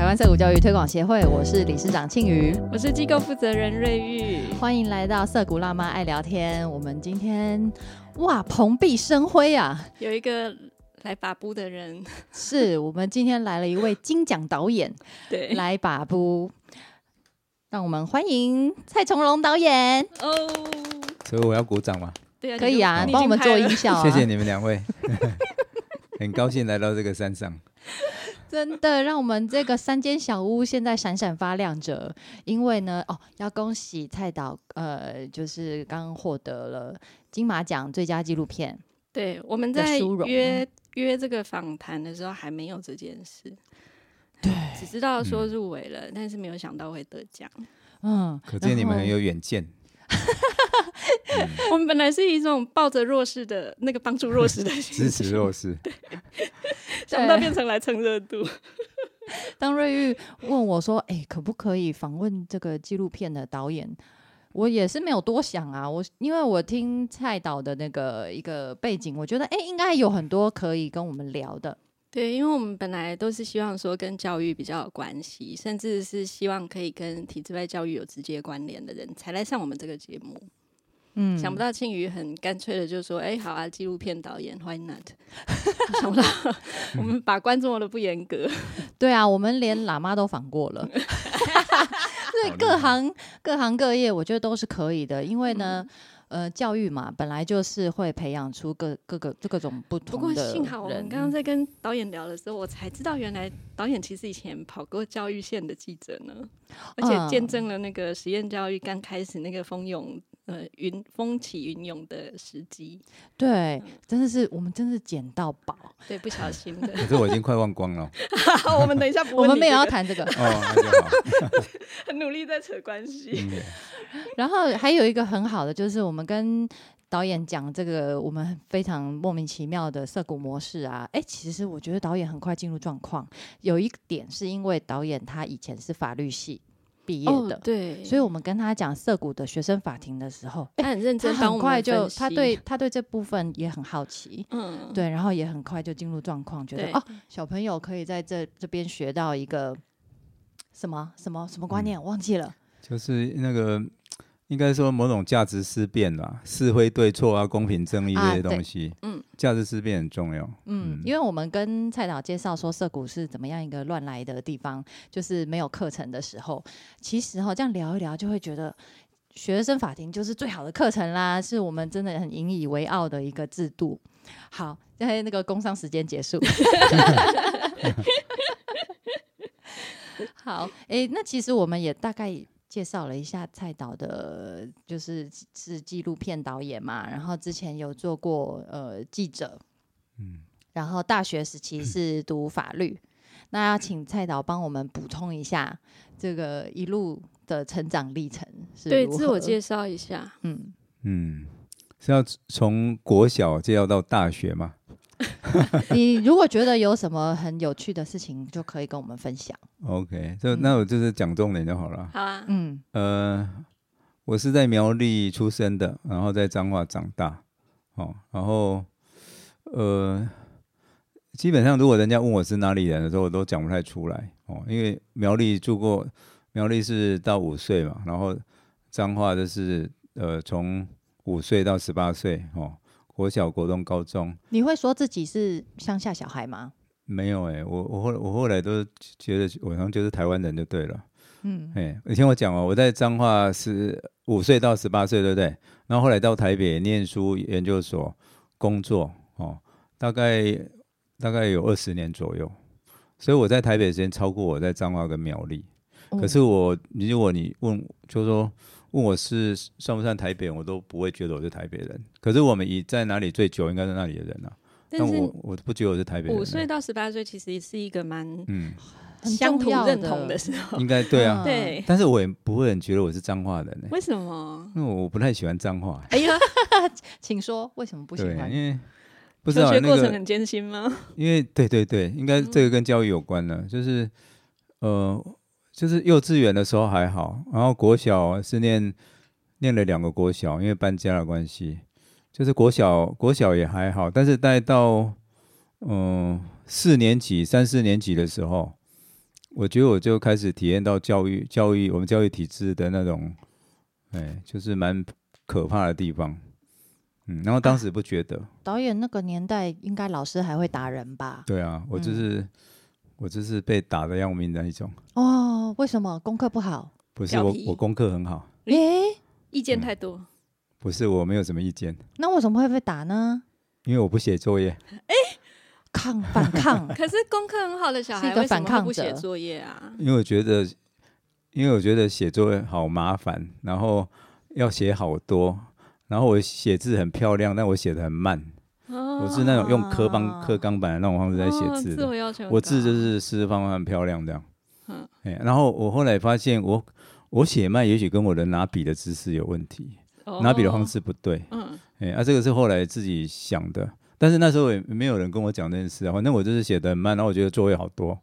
湾色谷教育推广协会，我是理事长庆瑜，我是机构负责人瑞玉。欢迎来到色谷辣妈爱聊天。我们今天哇，蓬荜生辉 啊！有一个来把布的人，是我们今天来了一位金奖导 演对，来把布，让我们欢迎蔡崇隆导演。哦，所以我要鼓掌嘛，对啊，可以啊，你就帮我们做音。效、啊，谢谢你们两位， 很高兴来到这个山上。真的让我们这个三间小屋现在闪闪发亮着，因为呢，哦，要恭喜蔡导，呃，就是刚获得了金马奖最佳纪录片，你已经拍了对，我们的在殊荣约约这个访谈的时候还没有这件事，对，只知道说入围了，但是没有想到会得奖。 嗯，可见你们很有远见。嗯我们本来是一种抱着弱势的那个帮助弱势的心 支情持，弱势，想不到变成来蹭热度。然后当瑞玉问我说，哎、可不可以访问这个纪录片的导演？我也是没有多想啊，我因为我听蔡导的那个一个背景，我觉得哎、应该有很多可以跟我们聊的，对，因为我们本来都是希望说跟教育比较有关系，甚至是希望可以跟体制外教育有直接关联的人才来上我们这个节目。嗯想不到庆余很干脆的就说：“哎、好啊，纪录片导演，Why not？” 想 不到我们把关这么的不严格，对啊，我们连喇嘛都访过 了，所以各行各行各业，我觉得都是可以的，因为呢。嗯呃，教育嘛，本来就是会培养出各各个各种不不同过的人。幸好我们刚刚在跟导演聊的时候，我才知道原来导演其实以前跑过教育线的记者呢，而嗯且见证了那个实验教育刚开始那个风涌呃云风起云涌的时机。对，真的是我们真是捡到宝。对，不嗯小心 的。可是我已经快忘光了。好，我们等一下不问我们你没有这要 个，谈这个。 哦，那就好。很努力在扯关系。嗯然后还有一个很好的就是我们跟。导演讲这个我们非常莫名其妙的涩谷模式啊，哎，其实我觉得导演很快进入状况。有一点是因为导演他以前是法律系毕业的，哦对，所以我们跟他讲涩谷的学生法庭的时候，他很认他真帮很我快们就分他析对他对这部分也很好奇，嗯，对，然后也很快就进入状况，觉得对哦，小朋友可以在这这边学到一个什么什么什么观念，忘记了。就是那个，应该说某种价值思辨吧，是非对错啊，公平正义啊这些对东西。嗯，价值思辨很重要。嗯，因为我们跟蔡导介绍说涩谷是怎么样一个乱来的地方，就是没有课程的时候，其实哦哈、这样聊一聊就会觉得。学生法庭就是最好的课程啦，是我们真的很引以为傲的一个制度。好，在那个工商时间结束。好，诶、那其实我们也大概介绍了一下蔡导的，就是是纪录片导演嘛，然后之前有做过呃记者，嗯，然后大学时期是读法律。那要请蔡导帮我们补充一下这个一路的成长历程是对，如何自我介绍一下。嗯，嗯，是要从国小介绍到大学嘛？你如果觉得有什么很有趣的事情，就可以跟我们分享。 OK，就嗯那我就是讲重点就好了。好啊，嗯呃，我是在苗栗出生的，然后在彰化长大，哦，然后呃，基本上如果人家问我是哪里人的时候，我都讲不太出来哦，因为苗栗住过，苗栗是到五岁嘛，然后彰化就是呃从五岁到十八岁哦，国小、国中、高中你会说自己是乡下小孩吗？没有诶，我我后我后来都觉得我好像就是台湾人就对了。嗯，哎，你听我讲哦，我在彰化十五岁到十八岁，对不对？然后后来到台北念书、研究所、工作，哦，大概大概有二十年左右。所以我在台北的时间超过我在彰化跟苗栗。嗯可嗯是我，如果你问，就说问我是算不算台北人，我都不会觉得我是台北人。可是我们以在哪里最久，应该是那里的人啊。但但是我我不觉得我是台北人、五岁啊。到十八岁其实是一个蛮嗯，很乡重土要认同的时候。应该对啊。嗯对，但是我也不会很觉得我是彰化人、欸，为什么？因为我不太喜欢彰化。哎呀，请说为什么不喜对，欢？因为不知求道学那过程个，很艰辛吗？ 因为对对对，应该这个跟教育有关了，就是呃，就是幼稚园的时候还好，然后国小是念念了两个国小，因为搬家的关系，就是国小国小也还好，但是待到嗯、呃四年级三四年级的时候，我觉得我就开始体验到教育、教育我们教育体制的那种，哎，就是蛮可怕的地方。嗯，然后当时不觉得，导演那个年代，应该老师还会打人吧？对啊，我嗯就是、我就是被打的要命的那一种。哦，为什么功课不好？不是调我皮我功课很好，诶、意见太多，嗯不是我没有什么意见，那为什么会被打呢？因为我不写作业。抗反抗可是功课很好的小是孩一个为什反么会抗不写者作业啊？因为我觉得，因为我觉得写作业好麻烦，然后要写好多，然后我写字很漂亮，但我写的很慢。我哦，是那种用刻啊帮刻钢板的那种方式在写哦字自的，我要求很高，我字就是四四方方很漂亮这样。嗯哎，然后我后来发现我。我写慢，也许跟我的拿笔的姿势有问题，拿笔的方哦，式不对。嗯，哎，啊，这个是后来自己想的，但是那时候也没有人跟我讲这件事啊。反正我就是写的很慢，然后我觉得作业好多，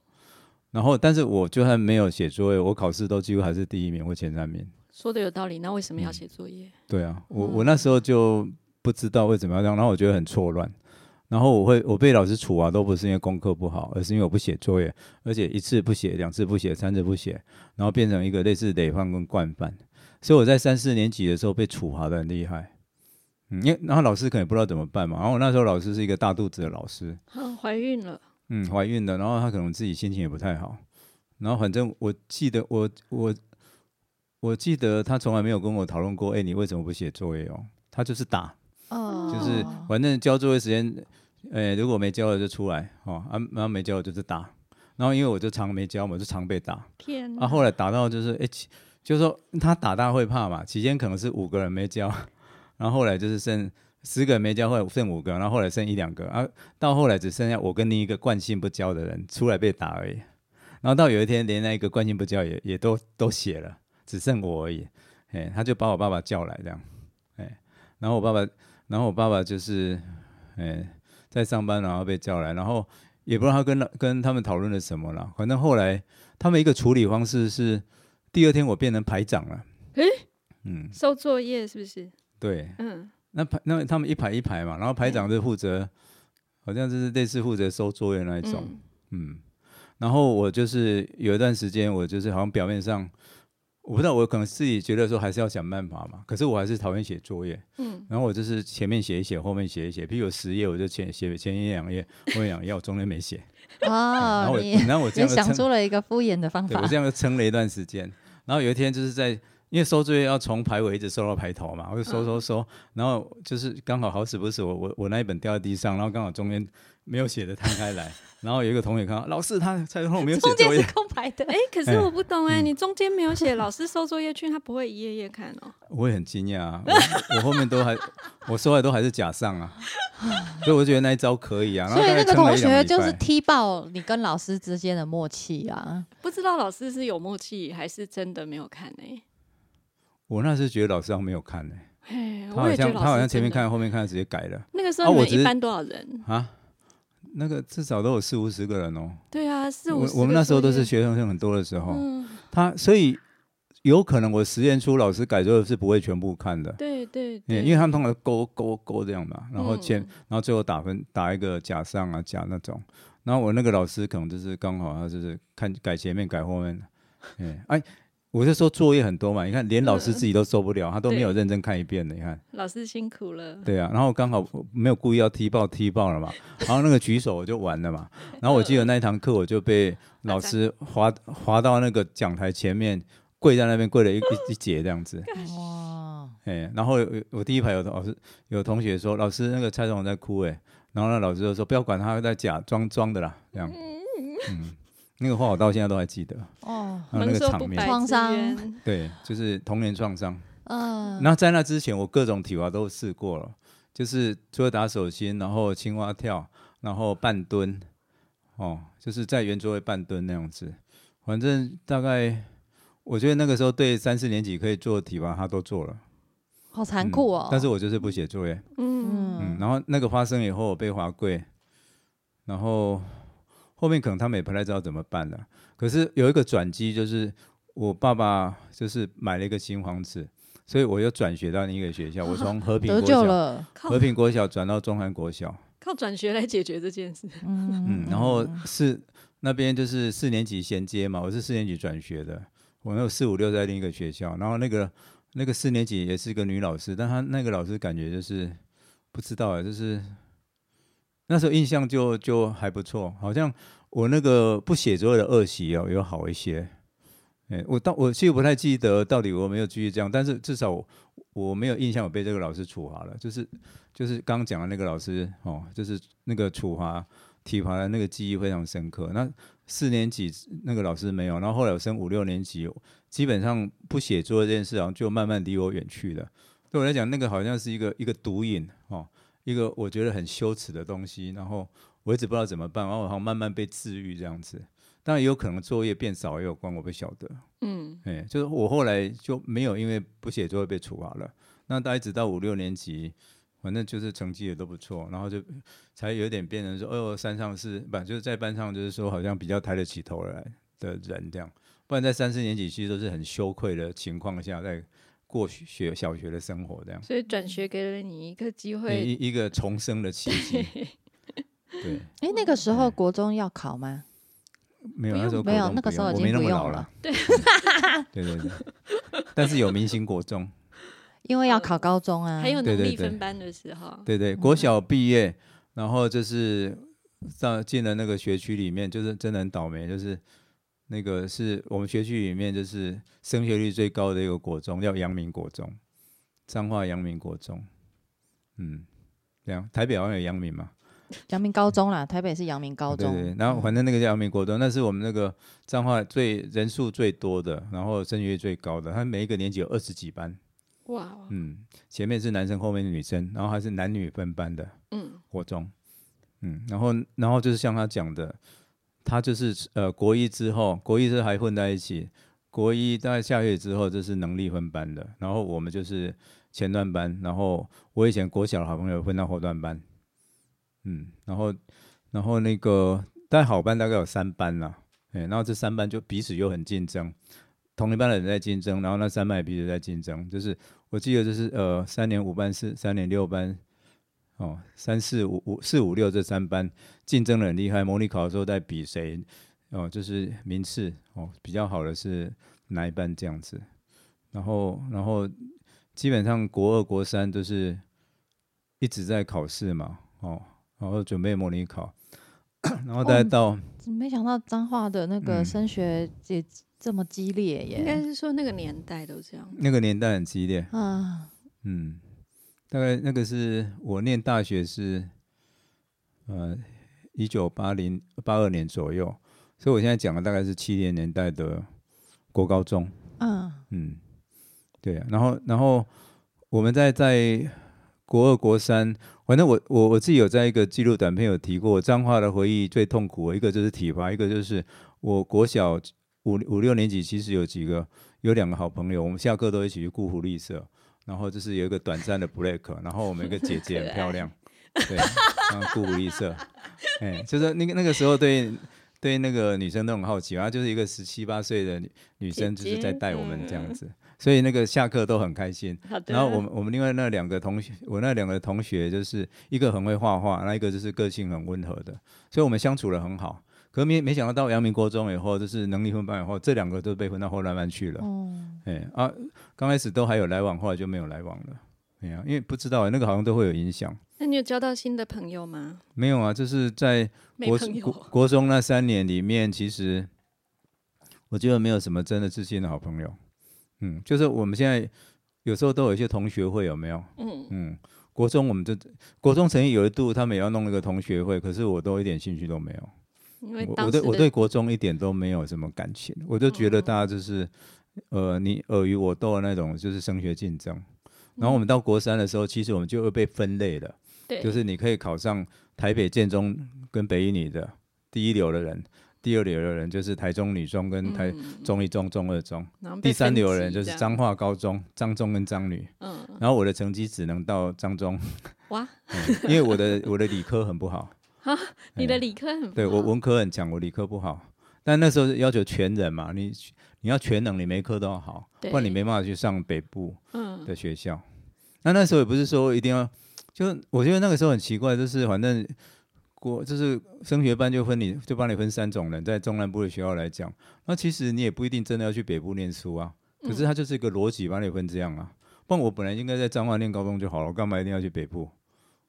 然后但是我就算没有写作业，我考试都几乎还是第一名或前三名。说的有道理，那为什么要嗯写作业？对啊，我我那时候就不知道为什么要这样，然后我觉得很错乱。然后我会我被老师处啊，都不是因为功课不好，而是因为我不写作业，而且一次不写，两次不写，三次不写，然后变成一个类似累犯跟惯犯。所以我在三四年级的时候被处罚的很厉害，嗯，因为然后老师可能也不知道怎么办嘛。然后我那时候老师是一个大肚子的老师，啊，怀孕了，嗯，怀孕了，然后她可能自己心情也不太好，然后反正我记得我我我记得她从来没有跟我讨论过，哎、你为什么不写作业哦？她就是打，哦， 就是反正交作业时间，呃，如果没交了就出来哦，啊，然后没交了就是打，然后因为我就常没交嘛，我就常被打，天啊，哪，后来打到就是，哎、其就是说他打大家会怕嘛，期间可能是五个人没交， 然后后来就是剩十个人没交，后来剩五个，然后后来剩一两个，啊，到后来只剩下我跟另一个惯性不交的人出来被打而已，然后到有一天连那一个惯性不交也也都都写了，只剩我而已，哎、他就把我爸爸叫来这样，哎、然后我爸爸，然后我爸爸就是，哎、在上班然后被叫来，然后也不知道他跟跟他们讨论了什么了，反正后来。他们一个处理方式是，第二天我变成排长了。诶嗯，收作业是不是？对，嗯，那排那他们一排一排嘛，然后排嗯长就负责，好像就是类似负责收作业那一种。嗯嗯，然后我就是有一段时间，我就是好像表面上，我不知道，我可能自己觉得说还是要想办法嘛，可是我还是讨厌写作业。嗯，然后我就是前面写一写，后面写一写，譬如有十页，我就前写前一两页，后面两页，我中间没写。然后哦，我你然后我这也样就想撑出了一个敷衍的方对法 我这样就撑了一段时间，然后有一天就是在因为收作业要从排尾一直收到排头嘛，我就嗯收收收，然后就是刚好好死不死我我我那一本掉在地上，然后刚好中间没有写的摊 开来，然后有一个同学看到老师他蔡同我没有写中间作业，是空白的。哎，可是我不懂嗯哎，你中间没有写，老师收作业去，他不会一页页看哦。我也很惊讶、啊，我我后面都还我收来都还是假上啊，所以我觉得那一招可以啊，然后所以大概那个撑了同一两学礼就是拜踢爆你跟老师之间的默契啊！不知道老师是有默契，还是真的没有看哎。我那时觉得老师好像没有看呢、哎，他我好也觉像得老他师好像前真面的看后面看直接改了那个时啊候你我们只是一般多少人？啊，那个至少都有四五十个人哦。对啊，四五我十我们个那时候作都业是学生很多的时候，嗯，他所以有可能我实验出老师改作业是不会全部看的，对对因对，为因为他们通常勾勾勾这样嘛，然后签，嗯然后最后打分打一个假上啊假那种，然后我那个老师可能就是刚好他就是看改前面改后面，哎哎，我就说作业很多嘛，你看连老嗯师自己都受不了，他都没有认真看一遍的，你看。老师辛苦了。对啊，然后刚好没有故意要踢爆，踢爆了嘛，然后那个举手我就完了嘛，然后我记得那一堂课我就被老师滑滑到那个讲台前面，跪在那边跪了一一一节这样子，哇，哎，然后有我第一排有老师有同学说老师那个蔡总统在哭哎，然后那老师就说不要管他，在假装装的啦，这样，嗯，那个话我到现在都还记得， 哦，还有那能个说场不白面，创之伤冤 对，就是童年创伤。嗯、那在那之前，我各种体罚都试过了，就是除了打手心，然后青蛙跳，然后半蹲，哦，就是在圆桌位半蹲那样子。反正大概，我觉得那个时候对三四年级可以做的体罚，他都做了，好残酷哦嗯。但是我就是不写作业，嗯，嗯，嗯，然后那个发生以后，我被罚跪，然后后面可能他们也不太知道怎么办了。可是有一个转机，就是我爸爸就是买了一个新房子，所以我又转学到另一个学校，我从和平得国救小了。靠和平国小转到中韩国小，靠转学来解决这件事。嗯嗯，然后是那边就是四年级衔接嘛，我是四年级转学的，我那有四五六在另一个学校，然后那个那个四年级也是一个女老师，但她那个老师感觉就是不知道啊，就是那时候印象就就还不错，好像我那个不写作业的恶习哦有好一些。哎、我到我其实不太记得到底我有没有继续这样，但是至少我我没有印象我被这个老师处罚了，就是就是刚讲的那个老师哦，就是那个处罚体罚的那个记忆非常深刻。那四年级那个老师没有，然后后来我升五六年级，基本上不写作业这件事，好像就慢慢离我远去了。对我来讲，那个好像是一个一个毒瘾哦，一个我觉得很羞耻的东西，然后我一直不知道怎么办，然后我好像慢慢被治愈这样子。当然也有可能作业变少也有关，我不晓得。嗯，哎、就是我后来就没有因为不写作业被处罚了。那大概直到五六年级，反正就是成绩也都不错，然后就才有点变成说，哦，山上是不就是在班上就是说好像比较抬得起头来的人这样。不然在三四年级其实都是很羞愧的情况下在过学小学的生活这样，所以转学给了你一个机会，一一个重生的契 机。对，哎，那个时候国中要考吗？没有不那时候没国有中那个不时候用已我没经那不么用老了了。 对对对，但是有明星国中。因为要考高中啊。 呃还有对能对力对分班的时候，对嗯对，国小毕业，然后就是上进了那个学区里面，就是真的很倒霉，就是那个是我们学区里面就是升学率最高的一个国中，叫阳明国中，彰化阳明国中，嗯，这样台北好像有阳明嘛，阳明高中啦，台北是阳明高中。对对，然嗯后反正那个叫阳明国中，那是我们那个彰化最人数最多的，然后升学率最高的，它每一个年级有二十几班，哇，哦嗯，前面是男生，后面是女生，然后还是男女分班的。嗯，活中，嗯，然后然后就是像他讲的，他就是呃国一之后，国一之后还混在一起，国一大概下个月之后就是能力分班的，然后我们就是前段班，然后我以前国小的好朋友分到后段班，嗯，然后然后那个但好班大概有三班啦，哎，然后这三班就彼此又很竞争。同一班的人在竞争，然后那三班也彼此在竞争，就是我记得就是呃三年五班是三年六班哦，三四五五四五六这三班竞争的很厉害，模拟考的时候在比谁哦，就是名次哦比较好的是哪一班这样子，然后然后基本上国二国三都是一直在考试嘛，哦，然后准备模拟考， 然后大概哦到、嗯没想到彰化的那个嗯升学也这么激烈应该耶。是说那个年代都这样，那个年代很激烈，啊，嗯，大概那个是我念大学是，呃，一九八零八二年左右，所以我现在讲的大概是七零年代的国高中，嗯，嗯，对、啊，然后然后我们在在国二国三，反正我我我自己有在一个记录短片有提过，脏话的回忆最痛苦，一个就是体罚，一个就是我国小五五六年级其实有几个有两个好朋友，我们下课都一起去顾湖绿色，然后就是有一个短暂的 break，然后我们一个姐姐可很爱漂亮，对，然后顾湖绿色，哎，就是那个那个时候对。对那个女生都很好奇，然后就是一个十七八岁的女女生，就姐是在姐啊带我们这样嗯子，所以那个下课都很开心。好的，然后我们我们另外那两个同学，我那两个同学就是一个很会画画，那一个就是个性很温和的，所以我们相处的很好。可没没想到到阳明国中以后，就是能力分班以后，这两个都被分到后来班去了。哦，哎啊，刚开始都还有来往，后来就没有来往了。哎呀、因为不知道、那个好像都会有影响。那你有交到新的朋友吗？没有啊，就是在没国朋国友，国中那三年里面，其实我觉得没有什么真的知心的好朋友。嗯，就是我们现在有时候都有一些同学会，有没有？嗯，嗯，国中我们就国中曾经有一度他们也要弄那个同学会，可是我都一点兴趣都没有。因为我当我时对的我对国中一点都没有什么感情，我就觉得大家就是、呃你尔虞我诈的那种，就是升学竞争。然后我们到国三的时候，其实我们就会被分类了。对就是你可以考上台北建中跟北一女的第一流的人，第二流的人就是台中女中跟台嗯中一中、中二中，然后被第三分流的级人就是这样彰化高中、彰中跟彰女。嗯，然后我的成绩只能到 彰中，哇，嗯因为我的我的理科很不好，你的理科很哎对我好文科很强，我理科不好。但那时候是要求全人嘛，你你要全能，你每一科都要好，不然你对没办法去上北部嗯的学校。那那时候也不是说一定要，就我觉得那个时候很奇怪，就是反正国就是升学班就分你就帮你分三种人，在中南部的学校来讲，那其实你也不一定真的要去北部念书啊，嗯可是它就是一个逻辑把你分这样啊。不然我本来应该在彰化念高中就好了，我干嘛一定要去北部？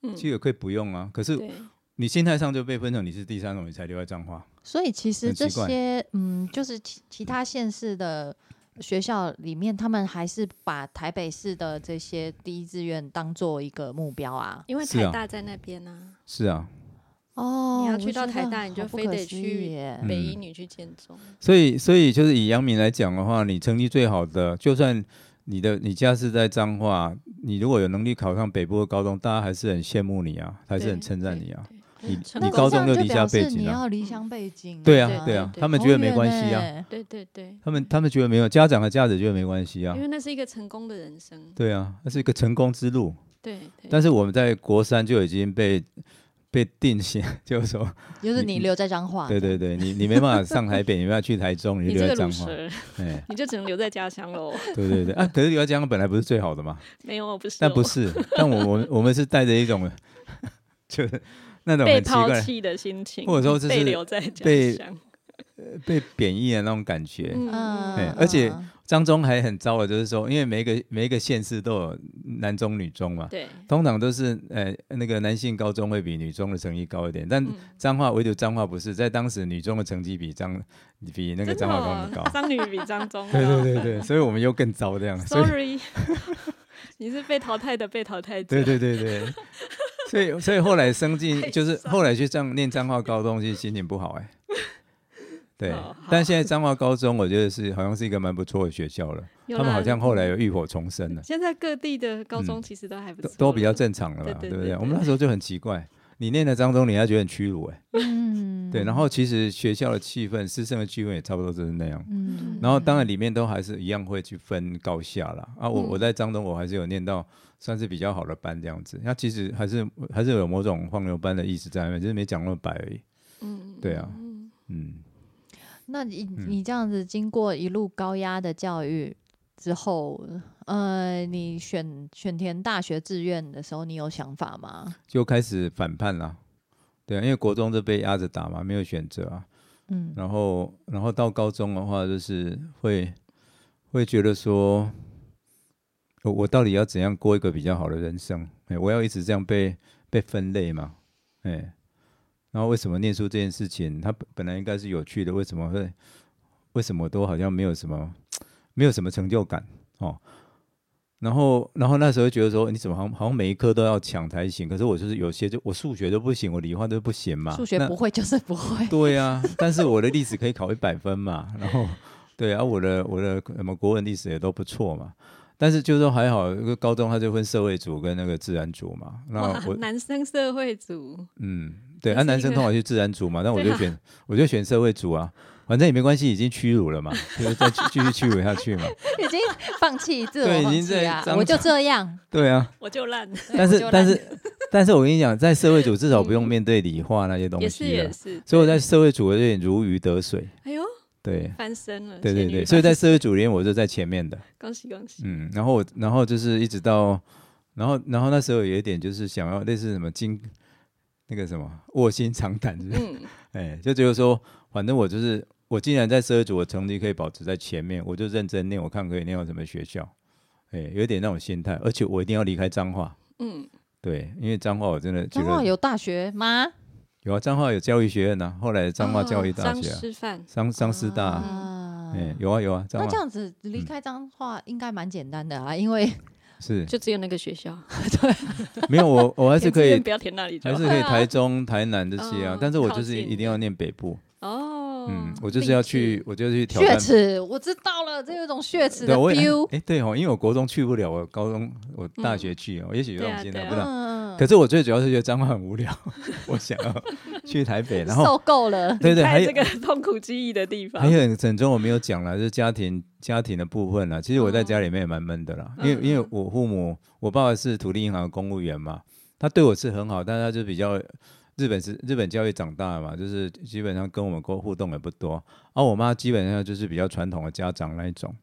嗯其实也可以不用啊。可是对，你心态上就被分成你是第三种，你才留在彰化。嗯所以其实很这奇怪些，嗯，就是其其他县市的学校里面，他们还是把台北市的这些第一志愿当做一个目标啊。因为是台啊大在那边呢、是啊，哦你要我去到觉台得大你好就不非可得思去议耶嗯北一女去建中，所以所以就是以阳明来讲的话，你成绩最好的，就算你的你家是在彰化，你如果有能力考上北部的高中，大家还是很羡慕你啊，还是很对称赞你啊。。对你对成那这功你高中样就就离表家背示景你啊要离乡背景。对对啊，对对啊，对他们觉得没关系啊，啊。对对对，他们他们觉得没有，家长和家长觉得没关系啊因，为那是一个成功的人生。对啊，那是一个成功之路。对对，但是我们在国三就已经被被定型，就是说，就是你你你留在彰化，对对对，你你没办法上台北，你没办法去台中，啊你你就留这在个彰乳化，蛇， 哎，你就只能留在家乡喽。 对对对啊，可是留在彰化本来不是最好的嘛，没有， 不是哦，但不是，但我我们我们是带着一种就是那种被很奇抛怪的弃的心情，或者说这被是留在家被乡。被贬义的那种感觉。嗯，哎嗯，而且嗯彰中还很糟的，就是说，因为每一个每一个县市都有男中女中嘛，对，通常都是呃那个男性高中会比女中的成绩高一点，但嗯彰化唯独彰化不是，在当时女中的成绩比彰比那真的个彰化高哦中高，。张女比张中 对高对对 对，所以我们又更糟这样，所以，sorry，你是被淘汰的被淘汰者对。对对对，所以所以后来升进就是后来去彰念彰化高中，其实心情不好哎、对哦好 好，但现在彰化高中我觉得是好像是一个蛮不错的学校了，有他们啦嗯好像后来有浴火重生了，现在各地的高中嗯其实都还不都错啦，都比较正常了对吧，对对不对对？对我们那时候就很奇怪，你念了彰中，你还觉得很屈辱哎、嗯，对，然后其实学校的气氛、师生的气氛也差不多就是那样。嗯，然后当然里面都还是一样会去分高下啦。啊，我嗯我在彰东我还是有念到算是比较好的班这样子。那其实还是还是有某种放牛班的意思在里面，只是没讲那么白而已。嗯，对啊嗯嗯，那你你这样子经过一路高压的教育之后，呃，你选选填大学志愿的时候，你有想法吗？就开始反叛啦。对啊，因为国中就被压着打嘛，没有选择啊。嗯然后然后到高中的话，就是会会觉得说，我我到底要怎样过一个比较好的人生？哎，我要一直这样被被分类嘛？哎，然后为什么念书这件事情，它本本来应该是有趣的，为什么会为什么都好像没有什么没有什么成就感哦？然后，然后那时候觉得说，你怎么好像好像每一科都要抢才行？可是我就是有些就我数学都不行，我理化都不行嘛。数学啊那不会就是不会，对呀、但是我的历史可以考一百分嘛， 然后对啊，我的我的什么国文历史也都不错嘛。但是就是说还好，一个高中他就分社会组跟那个自然组嘛。那哇我 男生社会组，嗯，对，这啊，是男一生个通常去自然组嘛，但我对就啊选、我就选社会组啊，反正也没关系，已经屈辱 了嘛，就是再继继续屈辱下去嘛。 已经放弃自对我已放经弃在啊，张我就张这样。对啊，我就烂，但我是就但烂是 但是我跟你讲，在社会组至少不用面对理化那些东也是西了啊也，是，所以我在社会组我有点如鱼得水。哎呦对翻身了，仙对对女对，板所以 在社会组里面我是在前面的。恭喜恭喜，嗯，然后我，然后就是一直到，然后，然后那时候有一点就是想要类似什么经，那个什么卧薪尝胆，是不是？嗯，哎，就觉得说，反正我就是，我既然在社会组，我成绩可以保持在前面，我就认真念，我看可以念到什么学校，哎，有点那种心态，而且我一定要离开彰化，嗯，对，因为彰化我真的觉彰化得有大学吗？有啊，彰化有教育学院呐、啊，后来彰化教育大张学、啊，哦师范，彰彰师大、啊，哦啊哎，有啊有啊，彰那这化样子离嗯开彰化应该蛮简单的啊，因为是就只有那个学校，没有我我 还是填可志以愿不要填那里就还好是可对以啊台中、台南这些啊嗯，但是我靠就是近一定要念北部，哦，嗯，我就是要去，我就去挑血战。耻，我知道了，这有一种血耻的对，我也 feel。哎，对哦，因为我国中去不了，我高中、我大嗯学去哦，也许有这对种啊心对态，啊不知道。嗯可是我最主要是觉得彰化很无聊， 我想要去台北，然后受够了，对对，还在这有个痛苦记忆的地方还，有很整中我没有讲啦，就是家庭家庭的部分啦。其实我在哦家里面也蛮闷的啦，嗯因为因为嗯我父母，我爸爸是土地银行的公务员嘛，他对我是很好，但是他就比较日本是日本教育长大的嘛，就是基本上跟我们沟互动也不多。而、我妈基本上就是比较传统的家长那一种，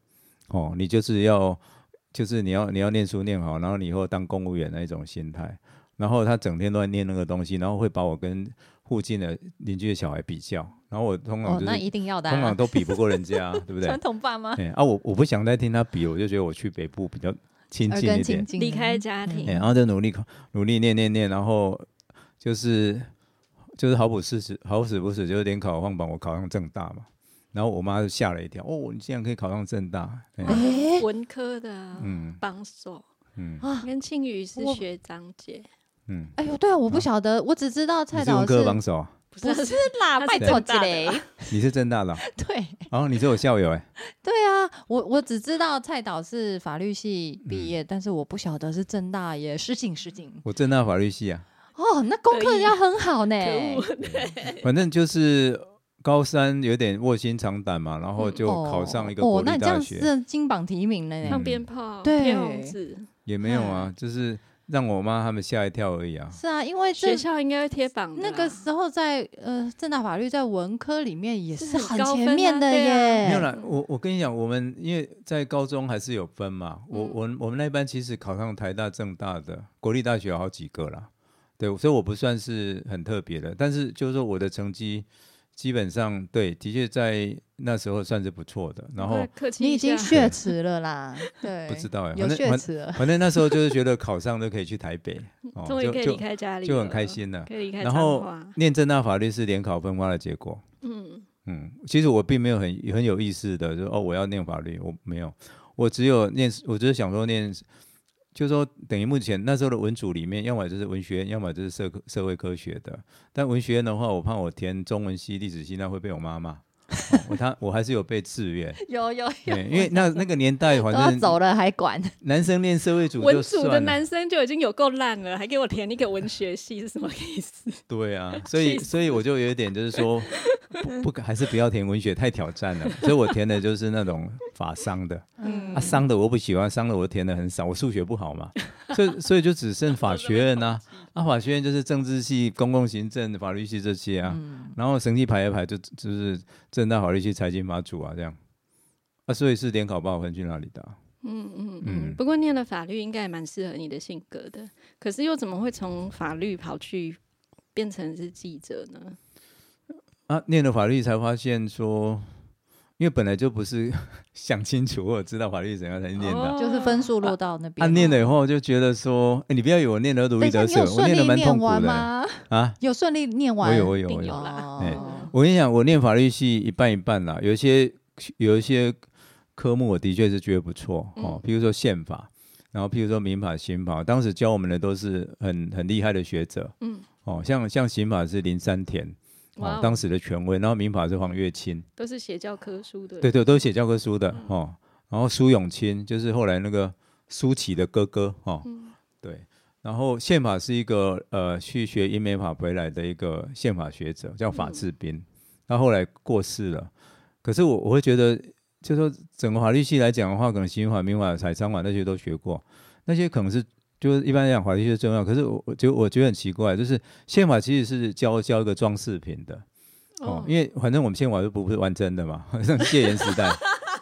哦，你就是要就是你要你要念书念好，然后你以后当公务员那一种心态。然后他整天都在念那个东西，然后会把我跟附近的邻居的小孩比较，然后我通常哦，就是、那一定要的、通常啊，都比不过 人家，对不对传？统爸妈哎、啊，我我不想再听他比，我就觉得我去北部比较亲耳近根一点清，净，离开家庭哎、然后就努力考努力念念念，然后就是就是好不死死好死不死，就是联考放榜，我考上正大嘛，然后我妈就吓了一跳，哦，你竟然可以考上正大，哎、哎文科的啊嗯帮手，嗯啊，跟庆宇是我学长姐，嗯，哎呦，对啊，我不晓得，我只知道你蔡是文导科榜首啊，不不是是啦，他拜是托正之大的嘞，你是正大的、啊， 对。哦，你是我校友哎、对啊，我我只知道蔡导是法律系嗯毕业，但是我不晓得是正大耶，失敬失敬。我正大法律系啊，哦，那功课要很好呢。可恶，反正就是高三有点卧薪尝胆嘛，然后就考上一个哦国哦，那立你这样大学，是金榜题名了呢放。鞭炮，对贴红纸，也没有嗯啊，就是让我妈他们吓一跳而已啊。是啊，因为这学校应该会贴榜的啊，那个时候在呃正大法律在文科里面也是是很很高分前啊面的对啊耶。没有啦，我我跟你讲，我们因为在高中还是有分嘛，我嗯我我们那一班其实考上台大、政大的国立大学有好几个啦，对，所以我不算是很特别的，但是就是说我的成绩基本上对，的确在那时候算是不错的，然后快客气你一已下经血池了啦， 对，不知道哎、有反正血反池了。反正那时候就是觉得考上就可以去 台北，哦，终于就可以离就开家里，就很开，心了。可以离开然彰后化，念正大法律是联考分发的结果，嗯，嗯，其实我并没有很很有意识的，就哦，我要念法律，我没有，我只有念，我只是想说念，就说等于目前那时候的文组里面，要么就是文学院，要么就是社科社会科学的。但文学院的话，我怕我填中文系、历史系，那会被我妈骂。哦我他 我还是有被制约，有有哦有，对，因为那那个年代，都要 反走正了还管，男生念社会组文就组的算了，男生就已经有够烂了，还给我填一个文学系是什么 意思？对啊，所以所以我就有一点就是说，不不敢还是不要填文学，太挑战了。所以我填的就是那种法商的，嗯啊，商的我不喜欢，商的我填的很少，我数学不好嘛， 所以所以就只剩法学院呐、嗯啊，法学院就是政治系、公共行政、法律系这些啊，嗯然后成绩排一排就就是正大法律系、财经法组啊这样，啊，所以是联考把我分去哪里的啊、嗯嗯嗯嗯，不过念了法律应该也蛮适合你的性格的，可是又怎么会从法律跑去变成是记者呢？啊，念了法律才发现说，因为本来就不是 想清楚或者知道法律怎样才念的。哦就是分数落到那啊，边。念了以后就觉得说，哎，你不要以为我念得如等鱼一下，得你水有，我顺念利得蛮痛念苦完的吗？啊。有顺利念完？我有，我有，一我定有有。啦哦哎我跟你讲，我念法律系一半一半啦，有一些有一些科目我的确是觉得不错嗯哦，譬如说宪法，然后譬如说民法、刑法，当时教我们的都是很很厉害的学者嗯，哦，像像刑法是林山田哇哦哦，当时的权威，然后民法是黄月清，都是写教科书的，对对，都写教科书的哦，然后苏永清就是后来那个苏启的哥哥哦，嗯对。然后宪法是一个呃去学英美法回来的一个宪法学者，叫法志斌，他、后来过世了。可是我我会觉得，就说整个法律系来讲的话，可能刑法、民法、财商法那些都学过，那些可能是就是一般来讲法律系重要。可是我我觉得我觉得很奇怪，就是宪法其实是教教一个装饰品的哦，因为反正我们宪法就不是完真的嘛， 像戒严时代，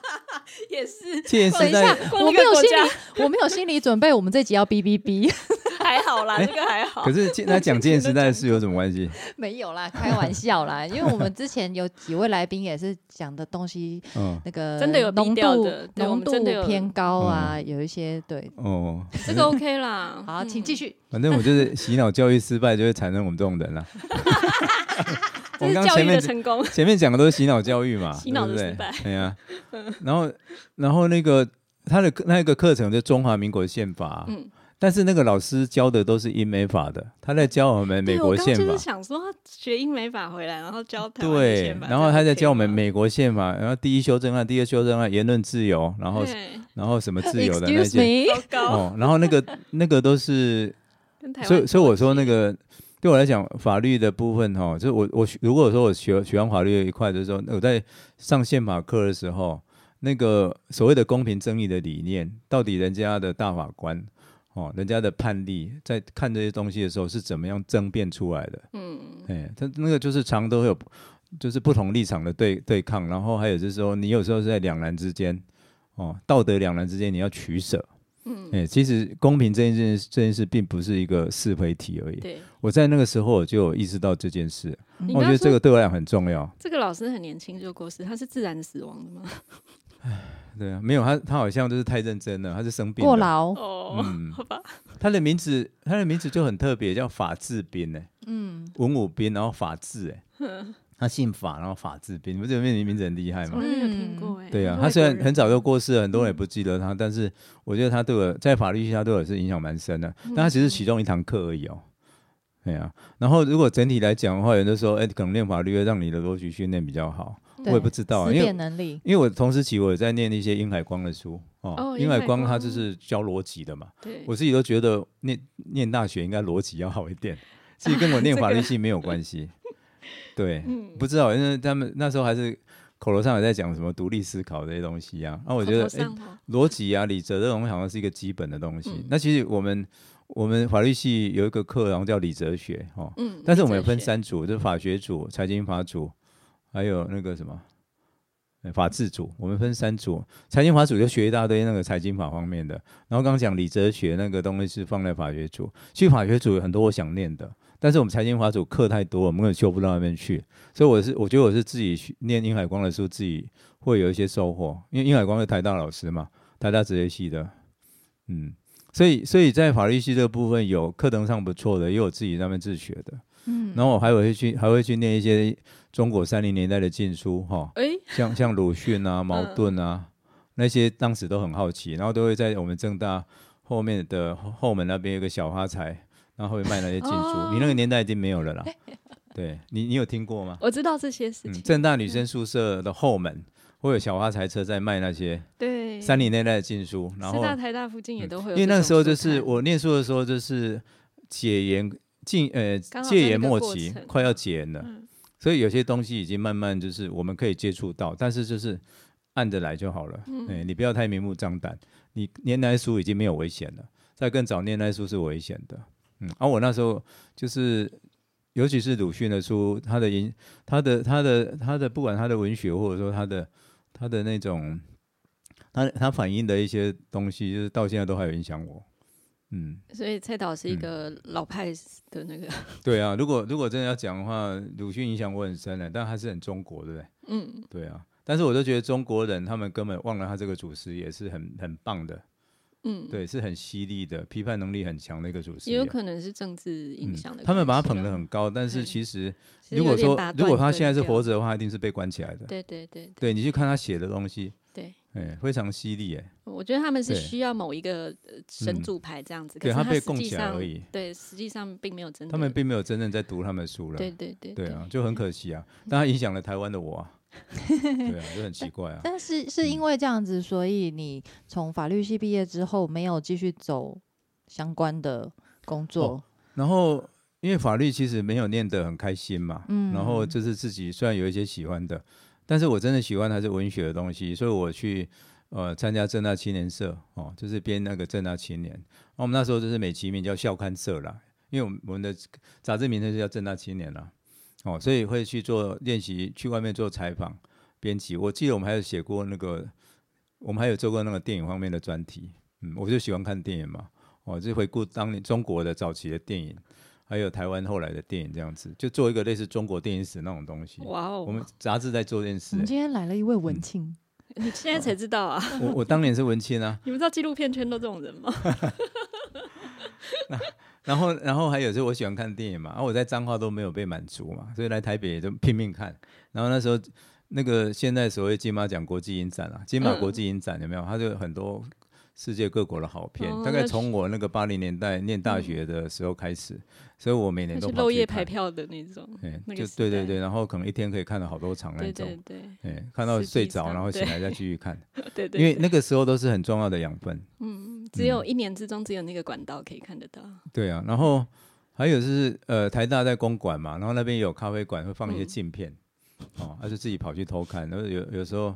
也是。戒严等时一代下，我没有心理，我没有心理准备，我们这集要哔哔哔，还好啦，哎这个还好可。是戒那讲戒严时代是有什么关系？ 没有啦，开玩笑啦，因为我们之前有几位来宾也是讲的东西，嗯，那个真的有浓低调度的对我浓们度真的有偏高嗯啊，有一些对。哦，这个 OK 啦。嗯好，请继续。反正我就是洗脑教育失败，就会产生我们这种 人啦、这我们是刚教前育的面成功。前面讲的都是洗脑教育嘛，洗脑的失败嗯对不对对呀、然后然后那个他的那个课程就中华民国宪法、嗯但是那个老师教的都是英美法的，他在教我们美对国我刚宪就是法。想说啊学英美法回来，然后教台湾的对宪，法然后他在教我们 OK 吗美国宪法，然后第一修正案、第二修正案、言论自由，然后对然后什么自由的那 Excuse 些 me，糟糕，哦，然后那个那个都是跟 台湾所以，所以我说那个对我来讲，法律的部分哈，就是我我学如果说我学学完法律的一块，就是说我在上宪法课的时候，那个所谓的公平正义的理念，到底人家的大法官哦，人家的判例，在看这些东西的时候是怎么样争辩出来的？嗯哎，他那个就是常都会有就是不同立场的对对抗，然后还有就是说你有时候是在两难之间哦，道德两难之间你要取舍。嗯嗯，哎、其实公平这件事，这件事并不是一个是非题而已。对，我在那个时候我就有意识到这件事，你刚我觉刚得这说个对我来讲很重要。这个老师很年轻就过世，他是自然死亡的吗？对啊，没有他，他好像就是太认真了，他是生病过了。劳，哦，嗯好吧，他的名字，他的名字就很特别，叫法治斌呢、嗯，文武斌，然后法治哎、 他姓法，然后法治斌，你不觉得名名字很厉害吗我？哦没有听过哎。对啊外，国他虽然人嗯很早就过世了，很多人也不记得他，但是我觉得他对我在法律下对我是影响蛮深的。嗯但他只是其中一堂课而已哦。对啊，然后如果整体来讲的话，有人就说，哎，可能练法律会让你的逻辑训练比较好。我对也不知道啊，思因辨为能力，因为我同时期我也在念一些殷海光的书哦哦，殷殷海海光他光就是教逻辑的嘛，对，我自己都觉得念念大学应该逻辑要好一点，其实跟我念 这法律个系没有关系。对， 嗯不知道，因为他们那时候还是口头上有在讲什么独立思考这些东西啊。那、我觉得口头诶上哦逻辑啊、理哲这种好像是一个基本的东西。嗯那其实我们我们法律系有一个课，然后叫理哲学哦，嗯，但是理我们有哲分学，三组，就是法学组、财经法组，还有那个什么。呃法制组，我们分三组，财经法组就学一大堆那个财经法方面的，然后刚刚讲理哲学那个东西是放在法学组，其实法学组有很多我想念的，但是我们财经法组课太多，我们根本修不到那边去，所以我是我觉得我是自己去念殷海光的书，自己会有一些收获，因为殷海光是台大老师嘛，台大哲学系的，嗯，所以所以在法律系这个部分有课堂上不错的，也有自己在那边自学的，嗯，然后我还会去还会去念一些中国三零年代的禁书哈，哎，像像鲁迅啊、茅盾啊、那些，当时都很好奇，然后都会在我们正大后面的后后门那边有个小花财，然后会卖那些禁书。哦你那个年代已经没有了啦，对你你有听过吗？我知道这些事嗯，情，正大女生宿舍的后门会有小花财车在卖那些对，三零年代的禁书，然师后嗯大、台大附近也都会有因这种书摊，为那个时候就是我念书的时候就是解严禁呃刚好在戒严那个末过期程快要解严了，嗯所以有些东西已经慢慢就是我们可以接触到，但是就是按着来就好了。嗯、你不要太明目张胆。你念那些书已经没有危险了，再更早念那些书是危险的。嗯，而、我那时候就是，尤其是鲁迅的书，他的影，他的他的他的，不管他的文学或者说他的他的那种，他他反映的一些东西，就是到现在都还有影响我。嗯，所以蔡导是一嗯个老派的那个，对啊，如果如果真的要讲的话，鲁迅影响我很深的，但还是很中国，对不对？嗯，对啊，但是我都觉得中国人他们根本忘了他这个祖师也是很很棒的，嗯，对，是很犀利的，批判能力很强的一个祖师也爷嗯有。可能是政治影响的关系啦、他们把他捧得很高，但是嗯其实其实如果有点说把断如果他现在是根掉活，着的话，一定是被关起来的。对对对对对你去看他写的东西，对，哎，非常犀利哎，我觉得他们是对需要某一个呃神嗯主牌这样子，可对是他被实供际起来上而已对，实际上并没有真的，他们并没有真正在读他们的书了。对对对对啊，就很可惜啊，但他影响了台湾的 我啊，对啊，就很奇怪啊。但是是因嗯为这样子，所以你从法律系毕业之后没有继续走相关的工作，然后因为法律其实没有念得很开心嘛，嗯然后就是自己虽然有一些喜欢的，但是我真的喜欢还是文学的东西，所以我去呃参加正大青年社哦，就是编那个正大青年，然后我们那时候就是美其名叫校刊社啦，因为我们我们的杂志名称就叫正大青年啦，哦，所以会去做练习，去外面做采访编辑。我记得我们还有写过那个，我们还有做过那个电影方面的专题，嗯，我就喜欢看电影嘛。哦，就回顾当年中国的早期的电影，还有台湾后来的电影这样子，就做一个类似中国电影史那种东西。哇哦，我们杂志在做这件我事、们欸今天来了一位文青，你现 在才知道啊？我我当年是文青啊，你们知道纪录片圈都这种人吗？然后然后还有就是我喜欢看电影嘛，然、啊后我在彰化都没有被满足嘛，所以来台北也就拼命看。然后那时候那个现在所谓金马奖国际影展啊，金马嗯国际影展有没有？它就有很多世界各国的好片，哦大概那是嗯从我那个八零年代念大学的时候开始，所以我每年那都是跑漏去夜看排票的那种，哎，那个就时对对代对，然后可能一天可以看了好多场那对种对，对哎，看到实睡际着，上然后醒对来再继续看，对 对，因为对那个时候都是很重要的养分，嗯，只有一年之中只有那个管道可以看得到，对啊。然后还有就是呃，台大在公馆嘛，然后那边也有咖啡馆会放一些嗯镜片，哦，他就自己跑去偷看，然后有有时候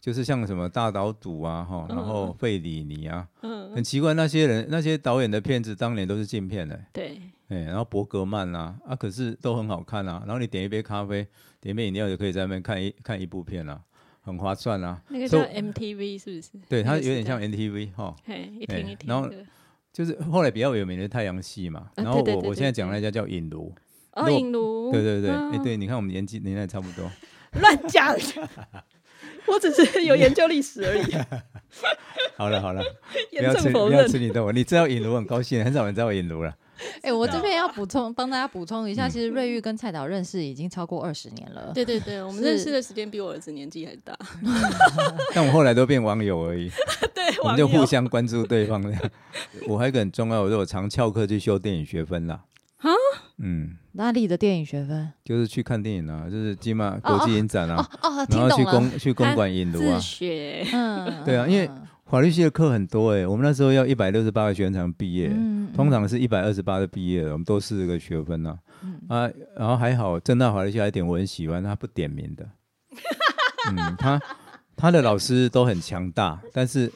就是像什么大岛渚啊，哈，然后费里尼啊，嗯，很奇怪，那些人那些导演的片子当年都是镜片的、对，哎、然后伯格曼啦、啊，可是都很好看啊。然后你点一杯咖啡，点一杯饮料就可以在那边看一看一部片啦、很划算啊。那个叫所以 MTV 是不是？对，那它有个时点像代， NTV 哈、哦，嘿，一哎听一听然后的。就是后来比较有名的太阳系嘛。啊然后我、对对对我现在讲对那家叫引炉，哦，如果影炉，对对对，啊哎、嗯对，你看我们年纪年代差不多。乱 讲，我只是有研究历史而已，好了 好了，不严要吃正否不要认。吃你的我，你知道引炉很高兴，很少人知道引炉了。哎、我这边要补充，帮大家补充一下，嗯其实瑞玉跟蔡导认识已经超过二十年了。对对对，我们是认识的时间比我儿子年纪还大。但我后来都变网友而已， 对，我们就互相关注对方 的。我还有一个很重要，我说我常翘课去修电影学分啦。啊？嗯，哪里的电影学分？就是去看电影啊，就是金马哦国际影展啊，哦哦，然听后懂去了。公去公馆引炉啊自。学。嗯， 对啊嗯因为嗯法律系的课很多哎、我们那时候要一百六十八个学生才能毕业，嗯嗯通常是一百二十八的毕业了，我们多四十个学分啊。嗯啊，然后还好，正大法律系还有一点我很喜欢，他不点 名的。嗯，他他的老师都很强大，但是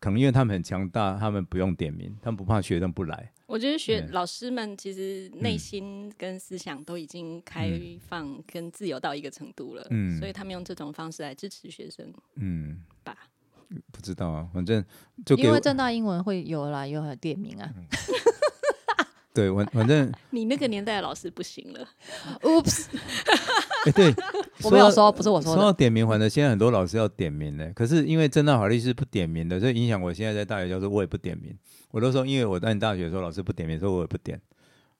可能因为他们很强大，他们不用点名，他们不怕学生不来。我觉得学嗯老师们其实内嗯心跟思想都已经开嗯放跟自由到一个程度了，嗯所以他们用这种方式来支持学生嗯，吧。不知道啊，反正就给因为我正大英文会有啦，有店名啊。对，反反正你那个年代的老师不行了， Oops，，哎、对 我没有到说，不是我说嗯说的。到点名环的，现在很多老师要点名呢。可是因为正大法律是不点名的，所以影响我现在在大学教授，我也不点名。我都说，因为我在大学的时候老师不点名，所以我也不点。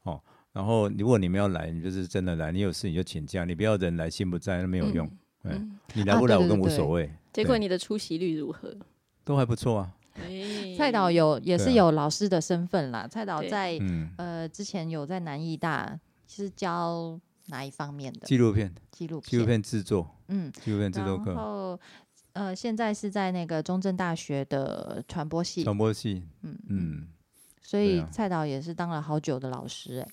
哦，然后如果你们要来，你就是真的来，你有事你就请假，你不要人来心不在，那没有用。哎，嗯你来啊不来对对我更无对所谓，结果对你的出席率如何？都还不错啊。哎蔡导有也对是啊有老师的身份啦。蔡导在嗯，呃之前有在南艺大是教哪一方面的纪录片，纪录纪录片制作，嗯，纪录片制作然课，后呃现在是在那个中正大学的传播系，传播系，嗯嗯，嗯，所对以啊蔡导也是当了好久的老师哎。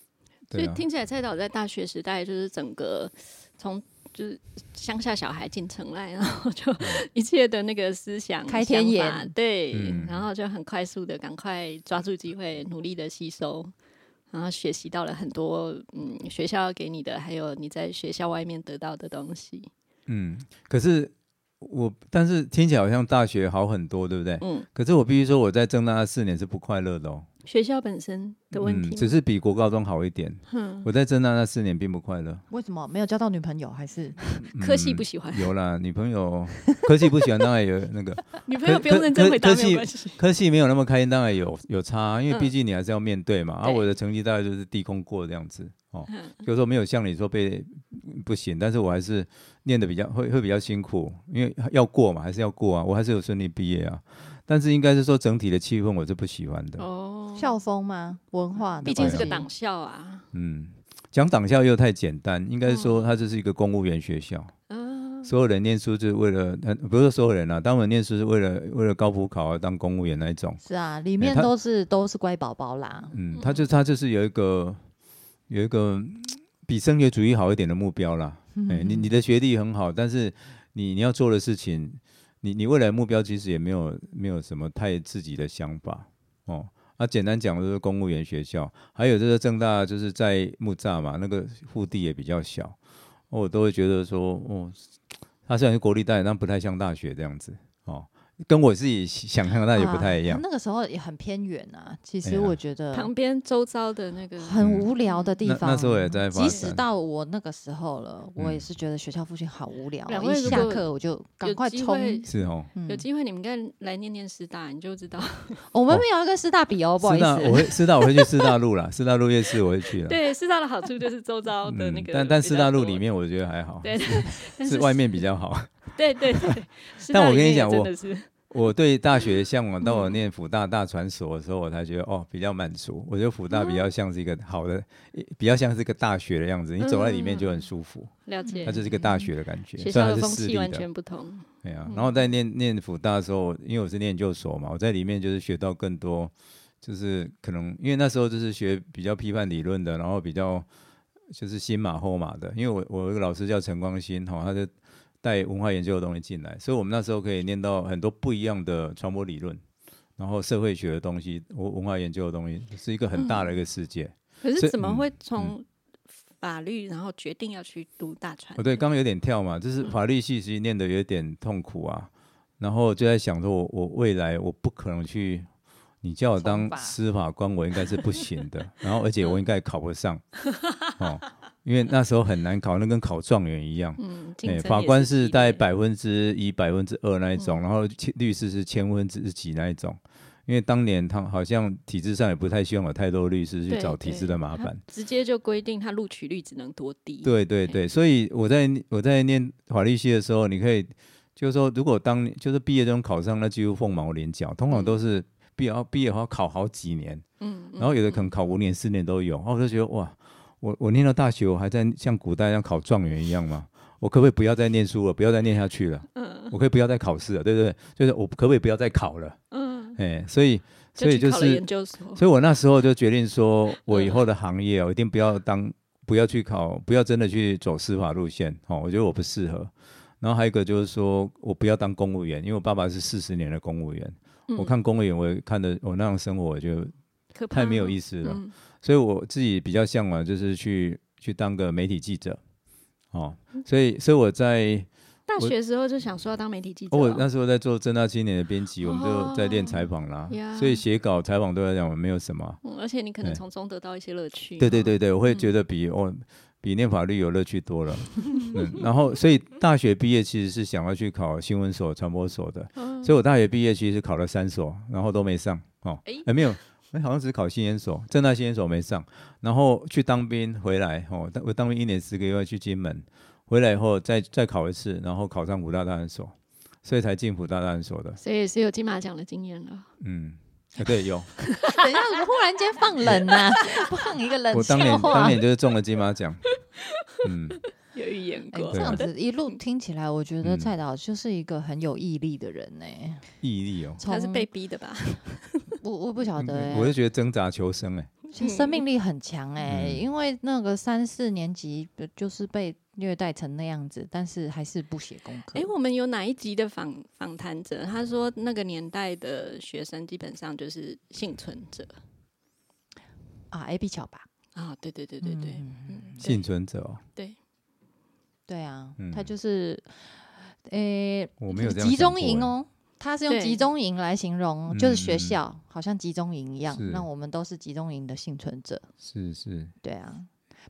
所对以啊，听起来蔡导在大学时代就是整个从就是乡下小孩进城来，然后就一切的那个思想开天眼想法对，嗯然后就很快速的赶快抓住机会，努力的吸收，然后学习到了很多嗯学校要给你的，还有你在学校外面得到的东西。嗯，可是我，但是听起来好像大学好很多，对不对？嗯，可是我必须说，我在正大那四年是不快乐的哦。学校本身的问嗯，题，只是比国高中好一点。嗯，我在正大那四年并不快乐，为什么没有交到女朋友？还是科系嗯不喜 欢，有啦，女朋友科系不喜欢，当然有那个女朋友科不用认真科回答没科有系关 系。科系没有那么开心，当然有有差啊，因为嗯毕竟你还是要面对嘛。而、啊、对我的成绩大概就是低空过这样子哦，嗯就是说没有像你说被不行，但是我还是念的比较会会比较辛苦，因为要过嘛，还是要过啊，我还是有顺利毕业啊。但是应该是说整体的气氛我是不喜欢的，哦，校风吗？文化的毕竟关是个系党校啊，嗯，讲党校又太简单，应该说它就是一个公务员学校，嗯啊，所有人念书就是为了，呃不是所有人啦、当然念书是为了为了高普考而当公务员那一种。是啊，里面他都是都是乖宝宝啦。嗯，他就他就是有一个有一个嗯比升学主义好一点的目标啦。哎、你你的学历很好，但是你你要做的事情，你你未来目标其实也没有没有什么太自己的想法哦。啊，简单讲就是公务员学校，还有就是正大就是在木栅嘛，那个腹地也比较小，哦我都会觉得说，哦，它虽然是国立大学，但不太像大学这样子哦，跟我自己想象的大学啊不太一样。那个时候也很偏远啊，其哎实呀我觉得旁边周遭的那个很无聊的地嗯那方。那时候也在发即使展到我那个时候了，我也嗯是觉得学校附近好无聊两哦，位一如下果课我就赶有快机冲。会是哦，嗯有机会你们应该来念念师大，你就知 道。我们没有要跟师大比哦，不好师意大我思。会师大我会去师 大路啦，师大路夜市我会去了。对，师大的好处就是周遭的那嗯，个比较多、但但师大路里面我觉得还好，对， 但嗯是外面比较好。对对 对。师但大我里跟你面也讲真我的是我对大学的向往，到我念辅大大传所的时候，我才觉得哦比较满足。我觉得辅大比较像是一个好的，嗯比较像是一个大学的样子，你走在里面就很舒服，了解它就是一个大学的感觉。嗯学虽校然的是风私气立完的，全不同。对啊。然后在念念辅大的时候，因为我是念研究所嘛，我在里面就是学到更多，就是可能因为那时候就是学比较批判理论的，然后比较就是新马后马的，因为我我有一个老师叫陈光新哈、他就带文化研究的东西进来，所以我们那时候可以念到很多不一样的传播理论，然后社会学的东西，文文化研究的东西，是一个很大的一个世界。可所是以怎么嗯会从法律，然后决定要去读大传。哦，对，刚刚有点跳嘛，嗯就是法律系其实念的有点痛苦啊，然后就在想说我，我未来我不可能去，你叫我当从法司法官，我应该是不行 的，然后而且我应该也考不上，哦，因为那时候很难考，那跟考状元一样。嗯，竞哎，争法也官是是激大概烈百分之一、百分之二那一嗯种，然后千律师是千分之几那一种。因为当年他好像体制上也不太希望有太多律师去对找体对制的麻他烦。直接就规定他录取率只能多低。对对对，所以我在我在念法律系的时候，你可以就是说，如果当就是毕业中考上，那几乎凤毛麟角，通常都是毕业毕业后考好几年，嗯，嗯，然后有的可能考五年、四年都有。然后我就觉得哇，我我念到大学，我还在像古代一样考状元一样吗？我可不可以不要再念书了，不要再念下去了？我可以不要再考试了，对不对？就是我可不可以不要再考了？嗯，哎，所以所以去就考了是研究 所。所以我那时候就决定说，我以后的行业哦，一定不要当，不要去考，不要真的去走司法路线哦，我觉得我不适合。然后还有一个就是说我不要当公务员，因为我爸爸是四十年的公务员，我嗯看公务员，我也看的我那样生活，我觉得可怕太没有意思思了。嗯所以我自己比较向往就是去去当个媒体记者哦，嗯所以所以我啊在大我学时候就想说要当媒体记者哦，我哦，那时候在做正大青年的编辑，我们就在练采访啦，呀所以写稿采访对我来讲我没有什么。嗯而且你可能哎从中得到一些乐趣。嗯对对，对对，我会觉得比哦比念法律有乐趣多了。 嗯，然后所以大学毕业其实是想要去考新闻所、传播所的，嗯所以我大学毕业其实考了三所，然后都没上哦，诶哎没有。哎，好像只考新研所，正大新研所没上，然后去当兵回来哦，当我当兵一年十个月去金门，回来以后再再考一次，然后考上武大大研所，所以才进武大大研所的。所以也是有金马奖的经验了。嗯，啊对，有，等一下，怎么忽然间 放冷呐、放一个冷我笑当年当话。年就是中了金马奖。嗯，有预言哎过，这样子一路听起来，我觉得啊嗯蔡导就是一个很有毅力的人呢、毅力哦。从他是被逼的吧？我我不晓得、嗯欸，我是觉得挣扎求生哎、其实生命力很强哎、嗯因为那个三四年级呃就就是被虐待成那样子，但是还是不写功课。哎、我们有哪一集的访访谈者，他说那个年代的学生基本上就是幸存者啊，A B 巧吧，啊，对对对对对，嗯，对幸存者哦，对，对啊，嗯他就是，诶、我没有这样集想中过营欸，嗯哦，他是用对集中营来形容，就是学校、好像集中营一样是，那我们都是集中营的幸存者，是是，对啊。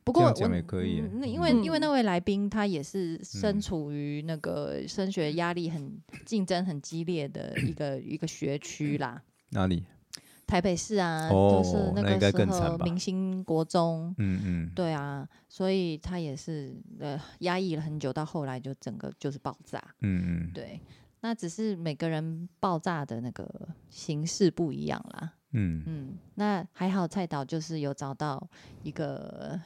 不这过样我讲也可以欸嗯那因为、因为嗯那位来宾他也是身嗯处于那个升学压力很竞争很激烈的一个一个学区啦，哪里？台北市啊，哦就是那应个该时更惨候吧明星国中，嗯嗯，对啊，所以他也是呃压抑了很久，到后来就整个就是爆炸。嗯嗯对，那只是每个人爆炸的那个形式不一样啦。嗯，嗯，那还好蔡导就是有找到一个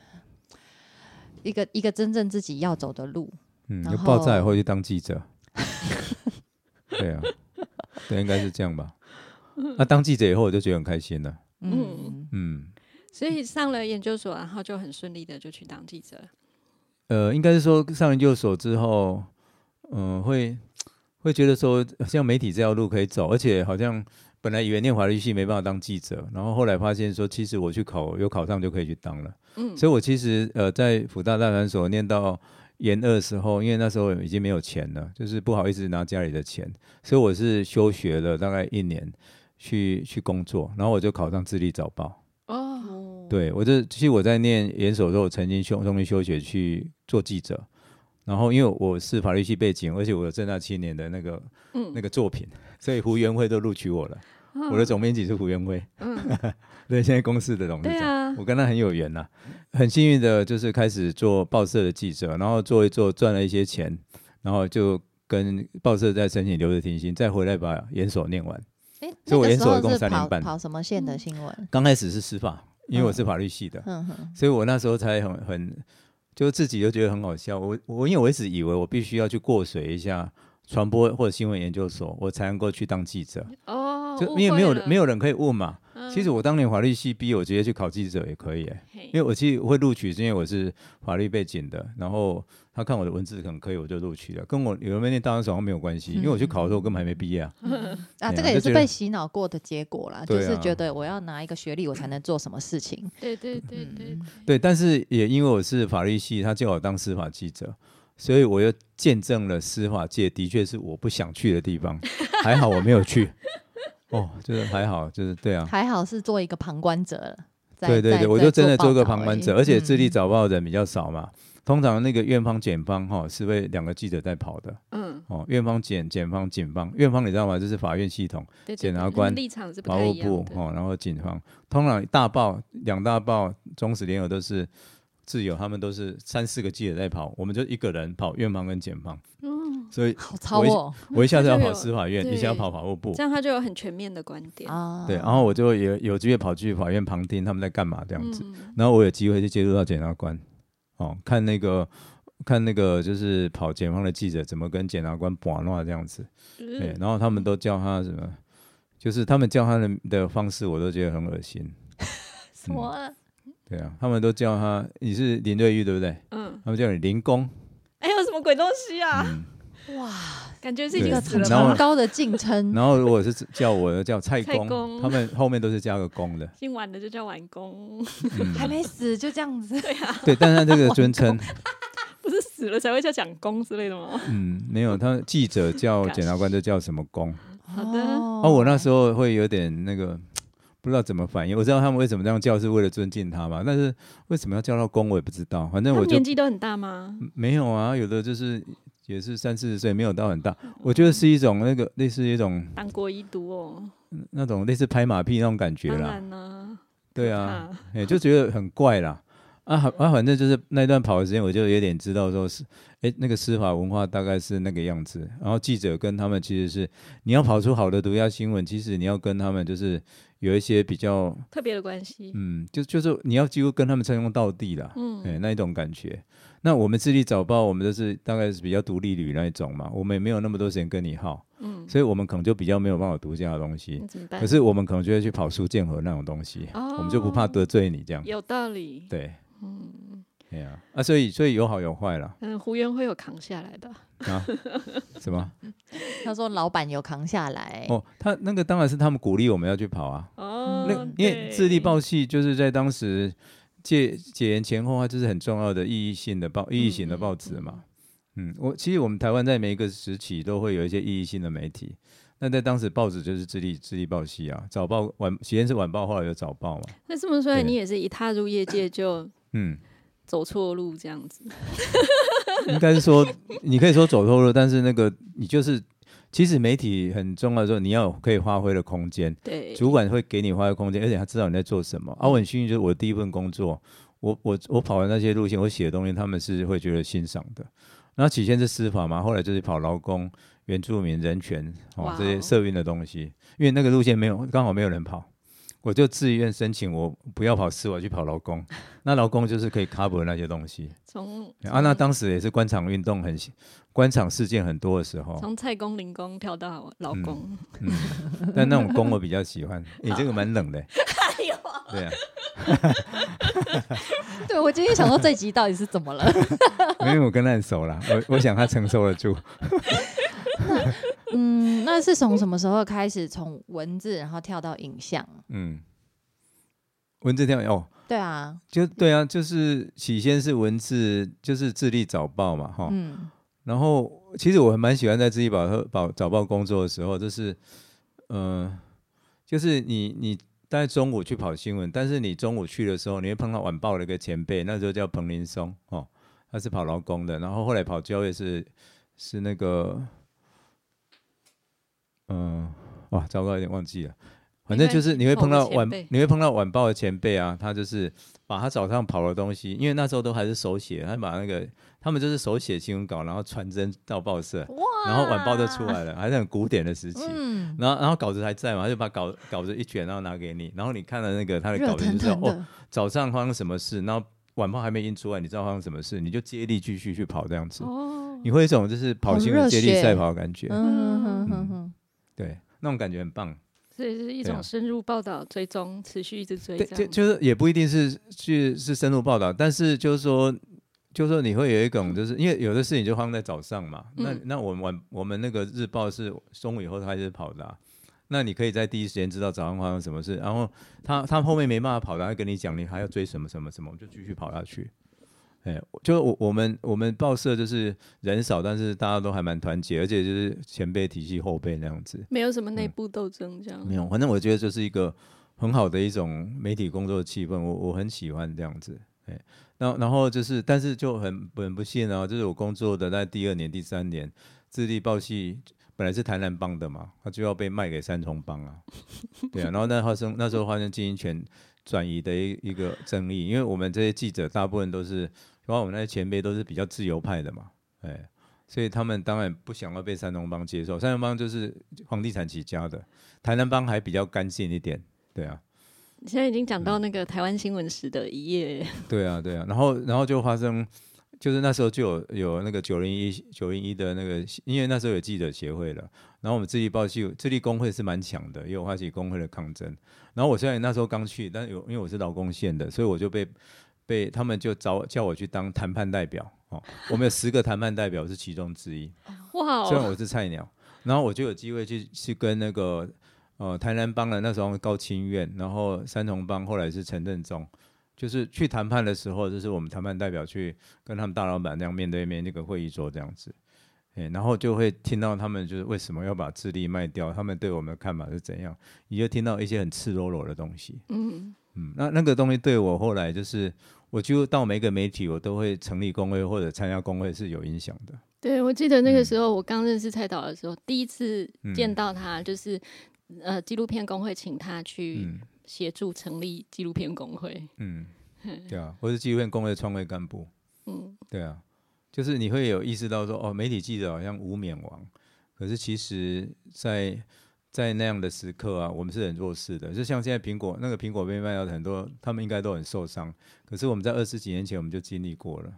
一个一个真正自己要走的路。嗯，然就爆炸以后后去当记 者，对啊，对，应该是这样吧。那、当记者以后，我就觉得很开心了。嗯，嗯，所以上了研究所，然后就很顺利的就去当记者。呃，应该是说上研究所之后，嗯、会会觉得说，像媒体这条路可以走，而且好像本来以为念法律系没办法当记者，然后后来发现说，其实我去考有考上就可以去当了。嗯，所以我其实呃在辅大大传所念到研二的时候，因为那时候已经没有钱了，就是不好意思拿家里的钱，所以我是休学了大概一年去去工作，然后我就考上智利早报。哦，哦，对我这其实我在念研所的时候，我曾经休中间休学去做记者。然后，因为我是法律系背景，而且我有正大七年的那个、嗯哦那个作品，所以胡元辉都录取我了。我的总编辑是胡元辉， 对，现在公司的董嗯事对长。啊，我跟他很有缘呐、很幸运的就是开始做报社的记者，然后做一做赚了一些钱，然后就跟报社再申请留职停薪，再回来把研所念完。哎，所以那我个研时所一候共是三年跑半跑什么线的新闻？刚开始是司法，因为我是法律系的，嗯 哼，所以我那时候才很很就自己就觉得很好笑。我我因为我一直以为我必须要去过水一下传播或者新闻研究所，我才能够去当记者，哦，就因为没有人没有，嗯有人可以问嘛。其实我当年法律系毕业，我直接去考记者也可以、欸，因因为我其实会录取，是因为我是法律背景的，然后他看我的文字可能可以，我就录取了，跟我有没有念大专好像没有关系，因为我去考的时候我根本还没毕业啊。啊，对这啊个也就是觉被得洗脑过的结果啦，就对是啊觉得我要拿一个学历我才能做什么事情。对对对对，对，但是也因为我是法律系，他叫我当司法记者，所以我又见证了司法界的确是我不想去的地方，还好我没有去。哦，就是还好，就是对啊，还好是做一个旁观者了。在对对在对，我在就真的报做个道旁观已者，而且嗯智力早报的人比较少嘛。通常那个院方、检方哈、是为两个记者在跑的嗯，哦，院方检、检方、检方，院方你知道吗？就是法院系统、对对检察对官立场是不法太务一样部的。哦，然后警方。通常大报、两大报、中时联合都是自由，他们都是三四个记者在跑，我们就一个人跑院方跟检方，嗯，所以好超我一哦我一下子要这就跑有司法院，一下要对跑法务部这，样他就有很全面的观点。啊！对，然嗯后我就有有机会跑去法院旁听他们在干嘛这样子。嗯，然后我有机会就接触到检察官，哦，看那个看那个就是跑检方的记者怎么跟检察官把闹这样子，嗯对，然后他们都叫他什么，就是他们叫他的的方式，我都觉得很恶心，什么啊？对啊，他们都叫他你是林瑞玉对不对？嗯，他们叫你林工，哎呦，什么鬼东西啊？嗯，哇，感觉是这已对个经死很了然后崇吧？高的竞争，然后如果是叫我的叫蔡蔡工，公他们后面都是加个工的，姓晚的就叫晚工， 还嗯，没死就这样子，对，但是他这个尊称，不是死了才会叫蒋公之类的吗？嗯，没有，他记者叫检察官就叫什么工。好的哦，我那时候会有点那个，不知道怎么反应。我知道他们为什么这样叫，是为了尊敬他嘛。但是为什么要叫到公，我也不知道。反正他我们就年纪都很大吗？没有啊，有的就是也是三四十岁，没有到很大。哦我觉得是一种那个类似一种当国一读哦，那种类似拍马屁那种感觉当啦。然啦，对啊， 啊，哎、就觉得很怪啦。啊好啊，反正就是那段跑的时间，我就有点知道说是，哎、那个司法文化大概是那个样子。然后记者跟他们其实是，你要跑出好的独家新闻，其实你要跟他们就是有一些比较特别的关系。嗯，就就是你要几乎跟他们称兄道弟啦，嗯哎、那一种感觉。那我们智力早报，我们都是大概是比较独立旅那一种嘛，我们也没有那么多时间跟你耗，嗯，所以我们可能就比较没有办法独家的东西那。怎么办可？是我们可能就会去跑书剑河那种东西，我们就不怕哦得罪你这样。有道理。对，嗯，哎呀、啊，所以所以有好有坏啦嗯，胡元辉有扛下来吧？啊，什 么？他说老板有扛下来，哦，他那个当然是他们鼓励我们要去跑啊，哎哦，那因为智力报系就是在当时戒解严前后，它就是很重要的意义性的嗯报意义型的报纸嘛。嗯，我其实我们台湾在每一个时期都会有一些意义性的媒体。那在当时，报纸就是智力智力报系啊，早报晚先是晚报，后来有早报嘛。那这么说来，对你也是一踏入业界就嗯，走错路这样子。 应该是说你可以说走错路，但是那个你就是其实媒体很重要的时候，你要有可以发挥的空间。对，嗯主管会给你发挥空间，而且他知道你在做什么。啊，我很幸运，就是我第一份工作，我我我跑的那些路线，我写的东西，他们是会觉得欣赏的。然后起先是司法嘛，后来就是跑劳工、原住民、人权哦哇这些哦社运的东西，因为那个路线没有刚好没有人跑，我就自愿申请我不要跑司法，去跑劳工。那劳工就是可以 cover 那些东西从啊。那当时也是官场运动很官场事件很多的时候，从蔡公零工跳到老 嗯公，嗯，但那种工我比较喜欢。你、这个蛮冷的、哎对啊。对我今天想说这集到底是怎么了？因为我跟他很熟啦，我我想他承受得住。 嗯，那是从什么时候开始从文字然后跳到影像？嗯，文字跳哦，对啊，就对啊，就是起先是文字，就是智力早报嘛，哈、嗯，然后其实我还蛮喜欢在智力早报早报工作的时候，就是，呃，就是你你大概中午去跑新闻，但是你中午去的时候，你会碰到晚报的一个前辈，那时候叫彭林松哦，他是跑劳工的，然后后来跑交易是是那个，嗯、哇，糟糕，有点忘记了。反正就是你会碰到某个前晚辈，你会碰到晚报的前辈啊，他就是把他早上跑的东西，因为那时候都还是手写，他把那个他们就是手写新闻稿，然后传真到报社，然后晚报就出来了，还是很古典的时期。嗯，然后，然后稿子还在嘛？他就把稿稿子一卷，然后拿给你，然后你看了那个他的热稿子，腾你就知道腾哦，的，早上发生什么事，然后晚报还没印出来，你知道发生什么事，你就接力继续去跑这样子，哦，你会有一种就是跑好新闻热接力血嗯赛跑的感觉，嗯哼哼哼哼，对，那种感觉很棒。所以是一对啊种深入报道、追踪，持续一直追对，这就样。就是也不一定是去是深入报道，但是就是说，就是说你会有一种，就是因为有的事情就放在早上嘛。嗯那那我们晚我们那个日报是中午以后开始跑的啊、那你可以在第一时间知道早上发生什么事，然后他他后面没办法跑了，他跟你讲你还要追什么什么什么，我们就继续跑下去。哎，就是我我们我们报社就是人少，但是大家都还蛮团结，而且就是前辈体系后辈那样子。没有什么内嗯部斗争这样。没有，反正我觉得这是一个很好的一种媒体工作的气氛，我我很喜欢这样子。哎，然后然后就是，但是就很很不幸啊，就是我工作的在第二年、第三年，智利报系本来是台南帮的嘛，他就要被卖给三重帮啊，对啊，然后那发生那时候发生经营权转移的一一个争议，因为我们这些记者大部分都是，然后我们那些前辈都是比较自由派的嘛，哎。所以他们当然不想要被三重帮接受，三重帮就是房地产起家的，台南帮还比较干净一点，对啊，你现在已经讲到那个台湾新闻史的一页，对啊，对啊。然后，然后就发生，就是那时候就有有那个九零一九零一的那个，因为那时候有记者协会了，然后我们智利报系智利工会是蛮强的，也有发起工会的抗争。然后我虽然那时候刚去，但有因为我是劳工县的，所以我就被被他们就找叫我去当谈判代表哦。我们有十个谈判代表我是其中之一。 哇虽然哦，我是菜鸟，然后我就有机会去去跟那个呃台南帮的那时候高清院，然后三重帮后来是陈振中，就是去谈判的时候，就是我们谈判代表去跟他们大老板那样面对面那个会议桌这样子，哎，然后就会听到他们就是为什么要把智利卖掉，他们对我们的看法是怎样，你就听到一些很赤裸裸的东西。嗯，嗯，那那个东西对我后来就是，我几乎到每一个媒体，我都会成立工会或者参加工会是有影响的。对，我记得那个嗯时候我刚认识蔡导的时候，第一次见嗯到他就是。呃，纪录片工会请他去嗯协助成立纪录片工会， 嗯，对啊，或是纪录片工会的创会干部，嗯，对啊，就是你会有意识到说，哦，媒体记者好像无冕王，可是其实在，在那样的时刻啊，我们是很弱势的。就像现在苹果那个苹果被卖掉的很多，他们应该都很受伤，可是我们在二十几年前我们就经历过了。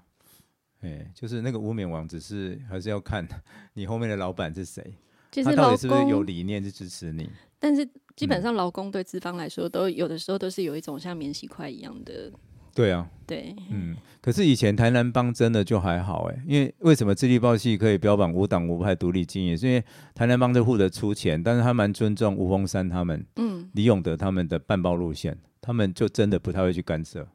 哎，就是那个无冕王，只是还是要看你后面的老板是谁，其实他到劳底是不是有工，理念去支持你。但是基本嗯上劳工对资方来说都有的时候都是有一种像免洗块一样的，对啊，对，嗯，可是以前台南帮真的就还好哎、因为为什么智利报系可以标榜无党无派独立经营，是因为台南帮就负责出钱，但是他蛮尊重吴峰山他们、嗯，李永德他们的办报路线，他们就真的不太会去干涉，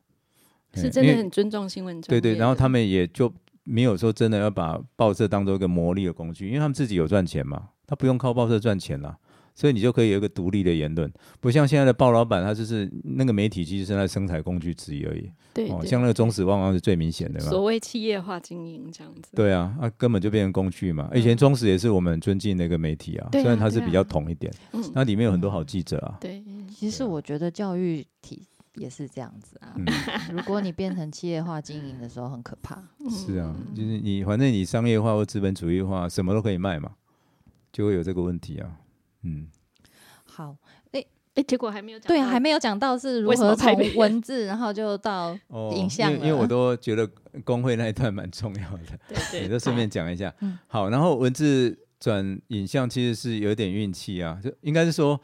是嗯真的因为很尊重新闻专对业的。对，然后他们也就没有说真的要把报社当做一个磨砺的工具，因为他们自己有赚钱嘛，他不用靠报社赚钱啦。所以你就可以有一个独立的言论，不像现在的报老板，他就是那个媒体其实是他的生财工具之一而已。对哦，对像那个中时旺旺是最明显的嘛。所谓企业化经营这样子，对啊，啊，根本就变成工具嘛。以前中时也是我们尊敬的一个媒体啊，嗯对啊虽然它是对啊比较统一点，嗯，那里面有很多好记者啊。对，其实我觉得教育体也是这样子啊。嗯， 如果你变成企业化经营的时候，很可 怕。嗯是啊，就是你反正你商业化或资本主义化，什么都可以卖嘛，就会有这个问题啊。嗯，好，哎，结果还没有讲对啊，到还没有讲到是如为什么何拍从别人文字，然后就到哦影像因为因为了我都觉得工会那一段蛮重要的。对对，也就顺便讲一下嗯。好，然后文字转影像其实是有点运气啊，就应该是说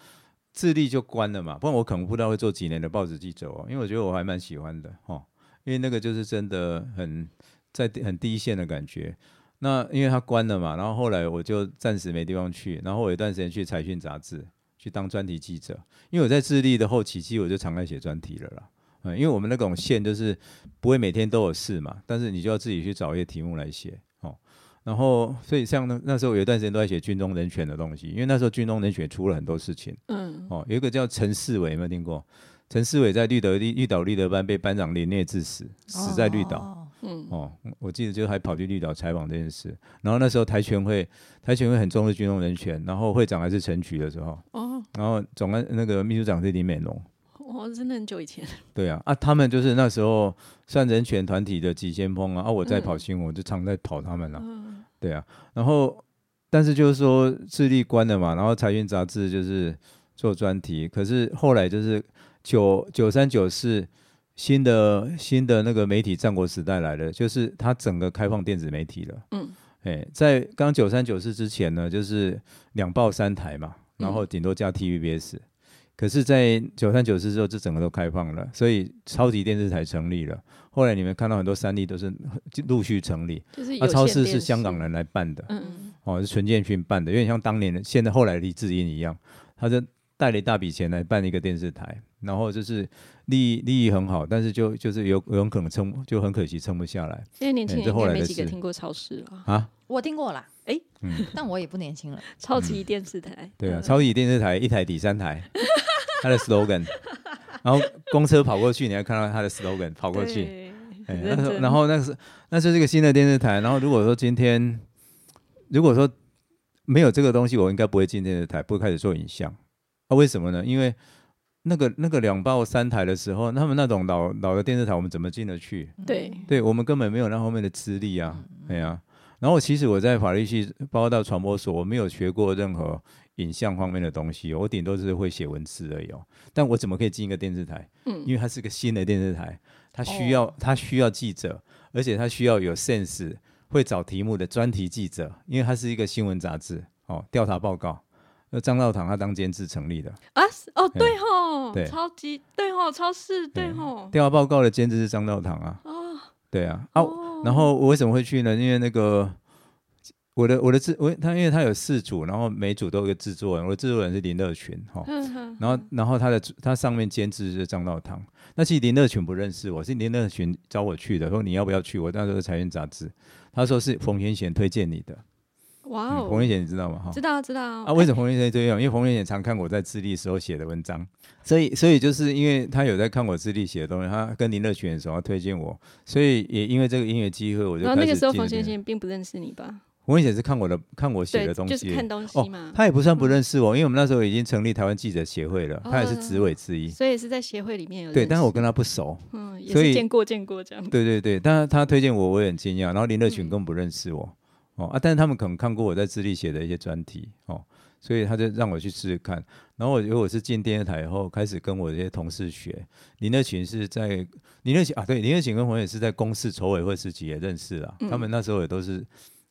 智利就关了嘛，不然我可能不知道会做几年的报纸记者哦，因为我觉得我还蛮喜欢的哦，因为那个就是真的很在第很第一线的感觉。那因为它关了嘛，然后后来我就暂时没地方去，然后我有一段时间去财讯杂志去当专题记者，因为我在智利的后期期我就常在写专题了啦。嗯，因为我们那种线就是不会每天都有事嘛，但是你就要自己去找一些题目来写哦。然后，所以像那那时候有一段时间都在写军中人权的东西，因为那时候军中人权出了很多事情嗯，哦。有一个叫陈世伟，有没有听过？陈世伟在绿德绿绿岛绿德班被班长凌虐致死， 死在绿岛。哦嗯，哦，我记得就还跑去绿岛采访这件事。然后那时候台全会，台全会很重视军中人权，然后会长还是陈菊的时候，哦，然后总安那个秘书长是李美浓，我真的很久以前，对啊，啊，他们就是那时候算人权团体的急先锋啊，啊，我在跑新闻，我就常在跑他们了、嗯，对啊，然后但是就是说智利关了嘛，然后财运杂志就是做专题，可是后来就是九九三九四新的新的那个媒体战国时代来了，就是它整个开放电子媒体了。嗯，哎，在嗯刚九三九四之前呢，就是两报三台嘛，然后顶多加 TVBS，、可是，在九三九四之后，这整个都开放了，所以超级电视台成立了。后来你们看到很多三立都是陆续成立，就是那、有啊超线市是电香视港，人来办的，嗯，哦，是陈建勋办的，有点像当年的现在后来的黎智英一样，他就带了一大笔钱来办一个电视台，然后就是利益利益很好，但是就就是有有可能撑，就很可惜撑不下来现在年轻哎人这应后该来没的几个事听过超市了，啊。我听过啦，哎嗯但我也不年 轻了。超级电视台， 对啊，嗯超级电视台一台抵 三台，他的 slogan，然后公车跑过去，你还看到他的 slogan 跑过去。对哎很，认那时候真然后那是那是这个新的电视台。然后如果说今天如果说没有这个东西，我应该不会进电视台，不会开始做影像。啊，为什么呢？因为那个那个两报三台的时候，他们那种老老的电视台，我们怎么进得去？嗯对对我们根本没有那方面的资历啊，哎呀、然后其实我在法律系，包括到传播所，我没有学过任何影像方面的东西哦，我顶多是会写文字而已哦。但我怎么可以进一个电视台？嗯因为它是个新的电视台，它需要、哦它需要记者，而且它需要有 sense 会找题目的专题记者，因为它是一个新闻杂志哦，调查报告。那张道堂他当监制成立的，啊，是哦，对吼哎对，超级对吼，超市对嗯吼，调查报告的监制是张道堂啊，哦对啊，啊，哦，然后我为什么会去呢？因为那个我的我的制我他因为他有四组，然后每组都有一个制作人，我的制作人是林乐群哈、齁嗯哼，然后然后他的主他上面监制是张道堂，那其实林乐群不认识我，是林乐群找我去的，说你要不要去？我那时候是财经杂志，他说是冯贤贤推荐你的，哇嗯、哦，冯贤贤你知道吗？哈、知道知道啊，为什么洪先生推荐我？因为洪先生常看我在智利时候写的文章，所以所以就是因为他有在看我智利写的东西，他跟林乐群的时候他推荐我，所以也因为这个音乐机会，我就然后开那始个时候进冯了先电影，生并不认识你吧？洪先生是看我的看我写对的，东西，就是看东哦西嘛。他也不算不认识我，因为我们那时候已经成立台湾记者协会了，他也是哦执委之一，所以是在协会里面有对，认但是识我跟他不熟，嗯也所以是见过见过这样，对对对，但他推荐我，我也很惊讶。然后林乐群嗯更不认识我、哦啊，但是他们可能看过我在智利写的一些专题哦，所以他就让我去试试看。然后我觉得我是进电视台以后，开始跟我这些同事学。林乐群是在林乐群啊，对，林乐群跟黄也是在公司筹委会时期也认识了，嗯他们那时候也都是。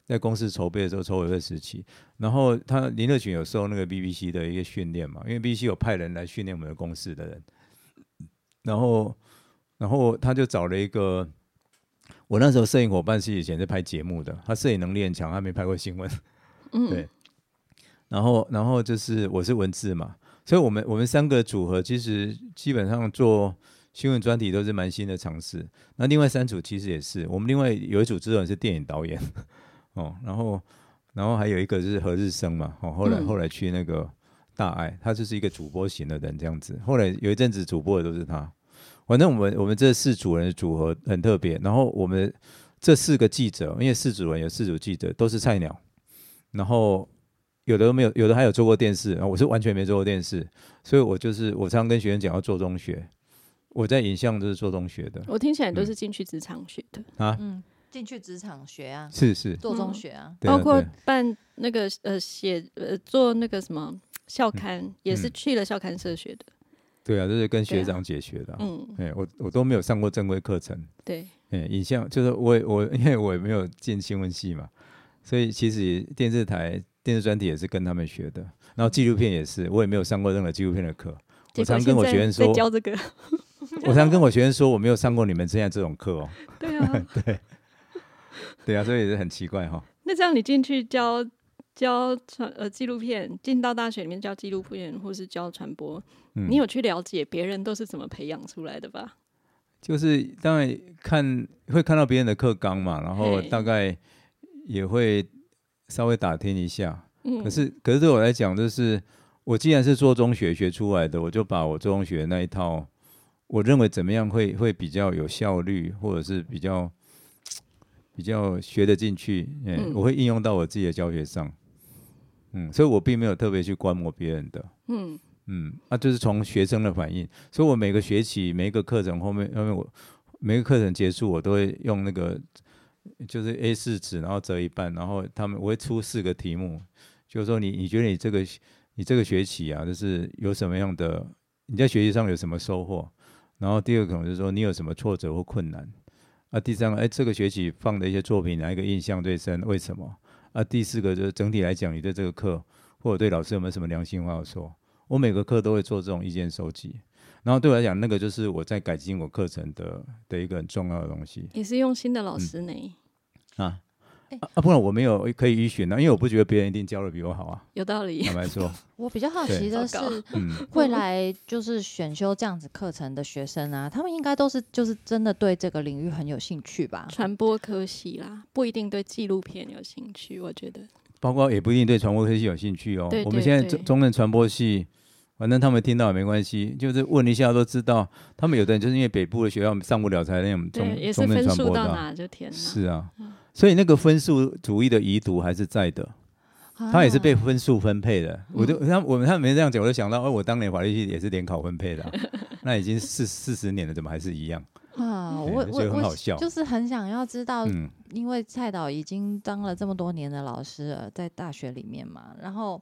在公司筹备的时候，筹委会时期，然后他林乐群有受那个 BBC 的一个训练嘛，因为 BBC 有派人来训练我们的公司的人，然后，然后他就找了一个我那时候摄影伙伴是以前在拍节目的，他摄影能力很强，他没拍过新闻。对嗯，然后，然后就是我是文字嘛，所以我们我们三个组合其实基本上做新闻专题都是蛮新的尝试。那另外三组其实也是，我们另外有一组制作人是电影导演 哦，然后然后还有一个就是何日生嘛，哦，后来嗯后来去那个大爱，他就是一个主播型的人这样子。后来有一阵子主播的都是他，反正我们我们这四组人的组合很特别，然后我们这四个记者，因为四组人有四组记者都是菜鸟，然后有的没有，有的还有做过电视，然后我是完全没做过电视，所以我就是我常跟学生讲要做中学，我在影像就是做中学的我听起来都嗯是进去职场学的，嗯，进去职场学啊，是是，做中嗯学啊，对啊包括对啊办那个呃写呃做那个什么校刊，也是嗯去了校刊社学的，对啊，就是跟学对啊长姐学的、啊，嗯，哎、我我都没有上过正规课程，对，哎、影像就是我也我因为我也没有进新闻系嘛，所以其实也电视台电视专题也是跟他们学的，然后纪录片也是，我也没有上过任何纪录片的课，我结果常跟我现学在生说在教这个， 我常跟我学生说我没有上过你们现在这种课哦，对 啊，对啊，所以也是很奇怪哈、那这样你进去教教传呃纪录片，进到大学里面教纪录片或是教传播，嗯你有去了解别人都是怎么培养出来的吧？就是当然看会看到别人的课纲嘛，然后嘿大概也会稍微打听一下。嗯，可是可是对我来讲，就是我既然是做中学学出来的，我就把我做中学那一套，我认为怎么样会会比较有效率，或者是比较比较学得进去，哎，嗯我会应用到我自己的教学上。嗯，所以我并没有特别去观摩别人的。嗯，嗯，那、就是从学生的反应，所以我每个学期每一个课程后面后面我每个课程结束，我都会用那个就是 A 四纸，然后折一半，然后他们我会出四个题目，就是说你你觉得你这个你这个学期啊，就是有什么样的你在学习上有什么收获，然后第二个可能就是说你有什么挫折或困难，啊，第三个哎这个学期放的一些作品哪一个印象最深，为什么？啊，第四个就是整体来讲你对这个课或者对老师有没有什么良心话要说？我每个课都会做这种意见收集。然后对我来讲，那个就是我在改进我课程的的一个很重要的东西也是用心的老嗯师呢。啊。哎啊啊，不然我没有可以依循的、啊因为我不觉得别人一定教的比我好啊。有道理， 坦白说，我比较好对奇的是糟糕，嗯， 未来就是选修这样子课程的学生啊，他们应该都是就是真的对这个领域很有兴趣吧？传播科系啦，不一定对纪录片有兴趣，我觉得包括也不一定对传播科系有兴趣哦。对我们对现在对中中正传播系，反正他们听到也没关系，就是问一下都知道。他们有的人就是因为北部的学校上不了，才那种对，中也是中正分传数播的到啊、哪就嗯填哪。是啊，所以那个分数主义的遗毒还是在的，啊他也是被分数分配的。嗯我就他我们他没这样讲，我就想到，哦，我当年法律系也是联考分配 的啊、那已经四四十年了，怎么还是一样？啊，对我就觉得我嗯很好我笑就是很想要知道，嗯，因为蔡导已经当了这么多年的老师了，在大学里面嘛，然后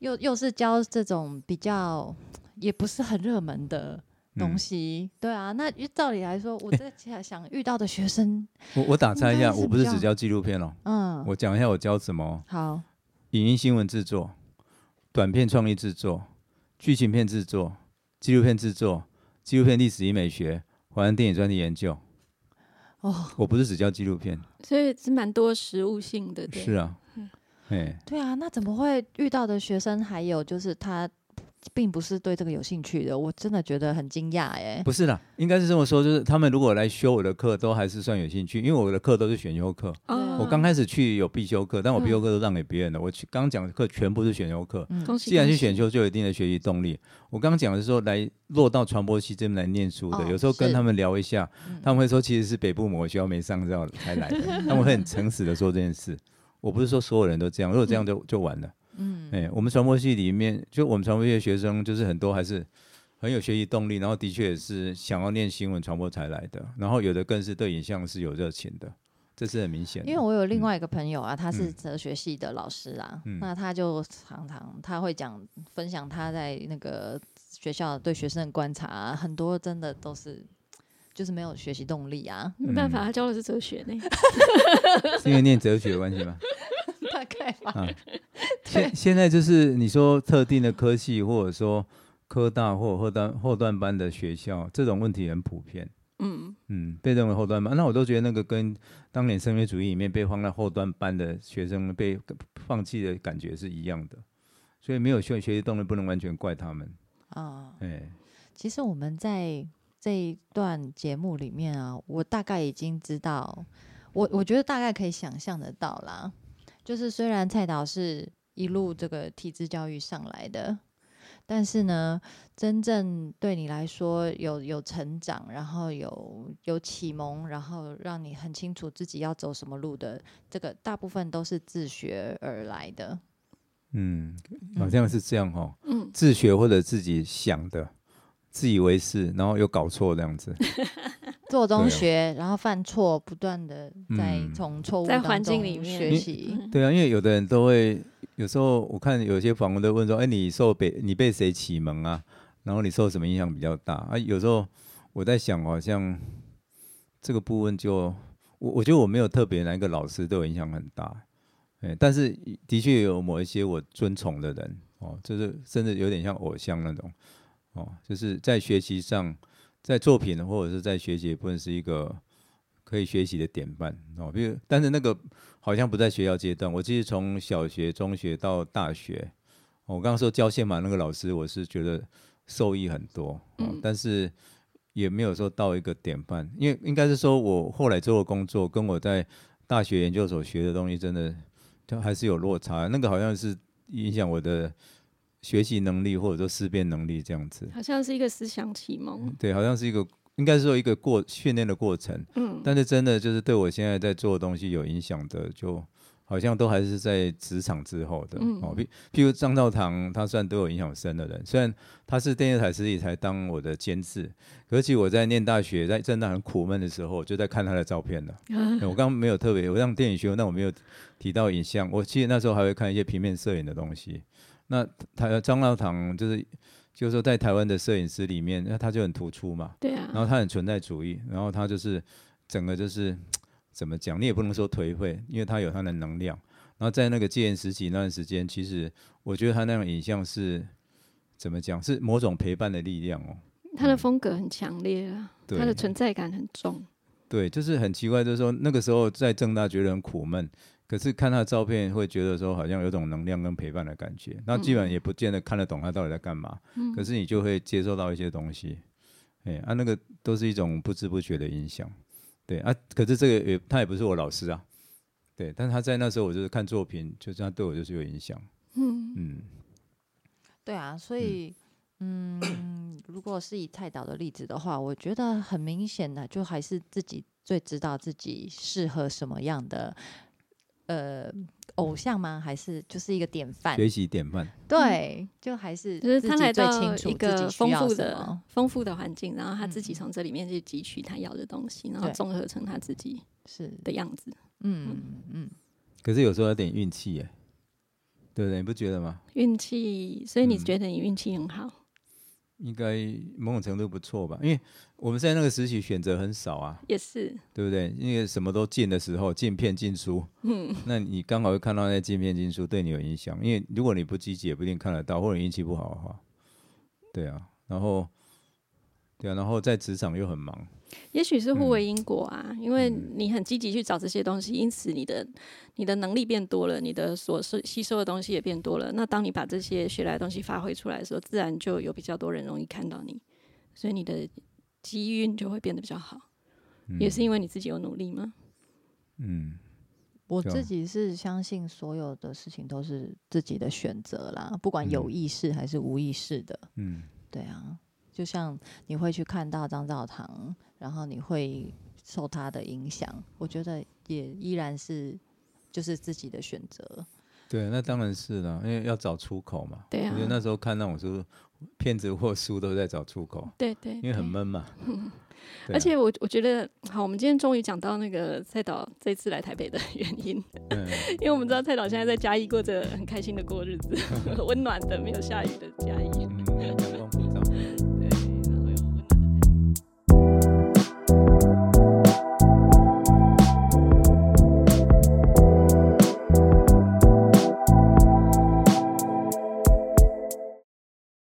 又又是教这种比较也不是很热门的。东嗯西、对啊，那照理来说，我在想想遇到的学生，我我打岔一应下，该是我不是比较只教纪录片哦，嗯，我讲一下我教什么哦。好，影音新闻制作、短片创意制作、剧情片制作、纪录片制作、纪录片历史与美学、华人电影专题研究。哦，我不是只教纪录片，所以是蛮多实物性的，对是啊，嗯哎，对啊，那怎么会遇到的学生还有就是他并不是对这个有兴趣的？我真的觉得很惊讶哎。不是啦，应该是这么说，就是他们如果来修我的课，都还是算有兴趣，因为我的课都是选修课。哦嗯我刚开始去有必修课，但我必修课都让给别人了。我去刚讲的课全部是选修课，嗯恭喜，既然恭是喜选，修，就有一定的学习动力。我刚刚讲的时候，来落到传播系这边来念书的，哦有时候跟是他们聊一下，嗯他们会说其实是北部某个学校没上到才来 的，他们会很诚实的说这件事。我不是说所有人都这样，如果这样就就完了。嗯，哎、我们传播系里面，就我们传播系的学生，就是很多还是很有学习动力，然后的确也是想要念新闻传播才来的，然后有的更是对影像是有热情的，这是很明显的。因为我有另嗯外一个朋友啊，他是嗯哲学系的老师啊，嗯那他就常常他会讲分享他在那个学校对学生的观察啊、很多真的都是就是没有学习动力啊， 没办法，嗯他教的是哲 学呢，是因为念哲学的关系吗？大概吧。啊，现现在就是你说特定的科系，或者说科大或后段后段班的学校，这种问题很普遍。嗯，嗯，被认为后段班，那我都觉得那个跟当年升学主义里面被放在后段班的学生被放弃的感觉是一样的，所以没有学学习动力不能完全怪他们。啊、哎，其实我们在这一段节目里面啊，我大概已经知道，我我觉得大概可以想象得到啦。就是虽然蔡导是一路这个体制教育上来的，但是呢，真正对你来说有有成长，然后有有启蒙，然后让你很清楚自己要走什么路的，这个大部分都是自学而来的。嗯，好像是这样哦。嗯自学或者自己想的，自以为是，然后又搞错这样子。做中对啊学，然后犯错，不断的在嗯从错误在当环境中里面学你习。对啊，因为有的人都会，有时候我看有些访问都问说，哎，你受被你被谁启蒙啊？然后你受什么影响比较大啊？有时候我在想，好像这个部分就我我觉得我没有特别哪一个老师对我影响很大，哎，但是的确有某一些我尊崇的人哦，就是甚至有点像偶像那种哦，就是在学习上，在作品或者是在学习的部分是一个可以学习的典范哦，比如但是那个好像不在学校阶段，我其实从小学、中学到大学，哦我刚刚说教宪法那个老师，我是觉得受益很多，哦嗯但是也没有说到一个典范，因为应该是说我后来做的工作跟我在大学研究所学的东西真的就还是有落差，那个好像是影响我的学习能力或者说思辨能力这样子，好像是一个思想启蒙，对，好像是一个应该是说一个过训练的过程。嗯，但是真的就是对我现在在做的东西有影响的，就好像都还是在职场之后的、嗯哦。譬譬如张道堂，他算对我影响深的人，虽然他是电视台实习才当我的监制，可是我在念大学，在正大很苦闷的时候，我就在看他的照片 了。对我刚刚没有特别，我让电影学，但我没有提到影像。我其实那时候还会看一些平面摄影的东西。那台张道堂就是就是说在台湾的摄影师里面，那他就很突出嘛。对啊，然后他很存在主义，然后他就是整个就是怎么讲，你也不能说颓废，因为他有他的能量。然后在那个戒严时期那段时间，其实我觉得他那样影像是怎么讲，是某种陪伴的力量哦。他的风格很强烈啊，对他的存在感很重。对，就是很奇怪，就是说那个时候在正大觉得很苦闷，可是看他的照片会觉得说好像有种能量跟陪伴的感觉。那基本上也不见得看得懂他到底在干嘛，可是你就会接受到一些东西。哎，啊，那个都是一种不知不觉的影响。对啊，可是这个也他也不是我老师啊，对，但是他在那时候我就是看作品，就是他对我就是有影响。嗯嗯，对啊，所以嗯，如果是以蔡导的例子的话，我觉得很明显的，就还是自己最知道自己适合什么样的呃偶像吗？还是就是一个典范？学习典范。对，就还是就是自他己来最到清楚自一己个需丰要富什的么丰富的环境，然后他自嗯己从这里面去汲取他要的东西，然后对综合成他自己是的样子。嗯嗯可是有时候有点运气耶，对不对？你不觉得吗？运气，所以你嗯觉得你运气很好？应该某种程度不错吧？因为我们在那个时期选择很少啊，也是，对不对？因为什么都进的时候，进片进书，嗯，那你刚好会看到那进片进书对你有影响。因为如果你不积极，也不一定看得到，或者你运气不好的话，对啊。然后，对啊，然后在职场又很忙，也许是嗯互为因果啊，因为你很积极去找这些东西，因此你的你的能力变多了，你的所收吸收的东西也变多了。那当你把这些学来的东西发挥出来的时候，自然就有比较多人容易看到你，所以你的机运就会变得比较好。也是因为你自己有努力吗？嗯。我对啊自己是相信所有的事情都是自己的选择啦，不管有嗯意识还是无意识的。嗯对啊，就像你会去看到张兆堂，然后你会受他的影响，我觉得也依然是就是自己的选择。对，啊那当然是啦、因为要找出口嘛。对啊我觉得那时候看那种书，片子或书都在找出口，对对，因为很对闷 嘛。对而啊，且我我觉得，好，我们今天终于讲到那个蔡导这次来台北的原 因，嗯 因为我们知道蔡导现在在嘉义过着很开心的过日子，温暖的没有下雨的嘉义。嗯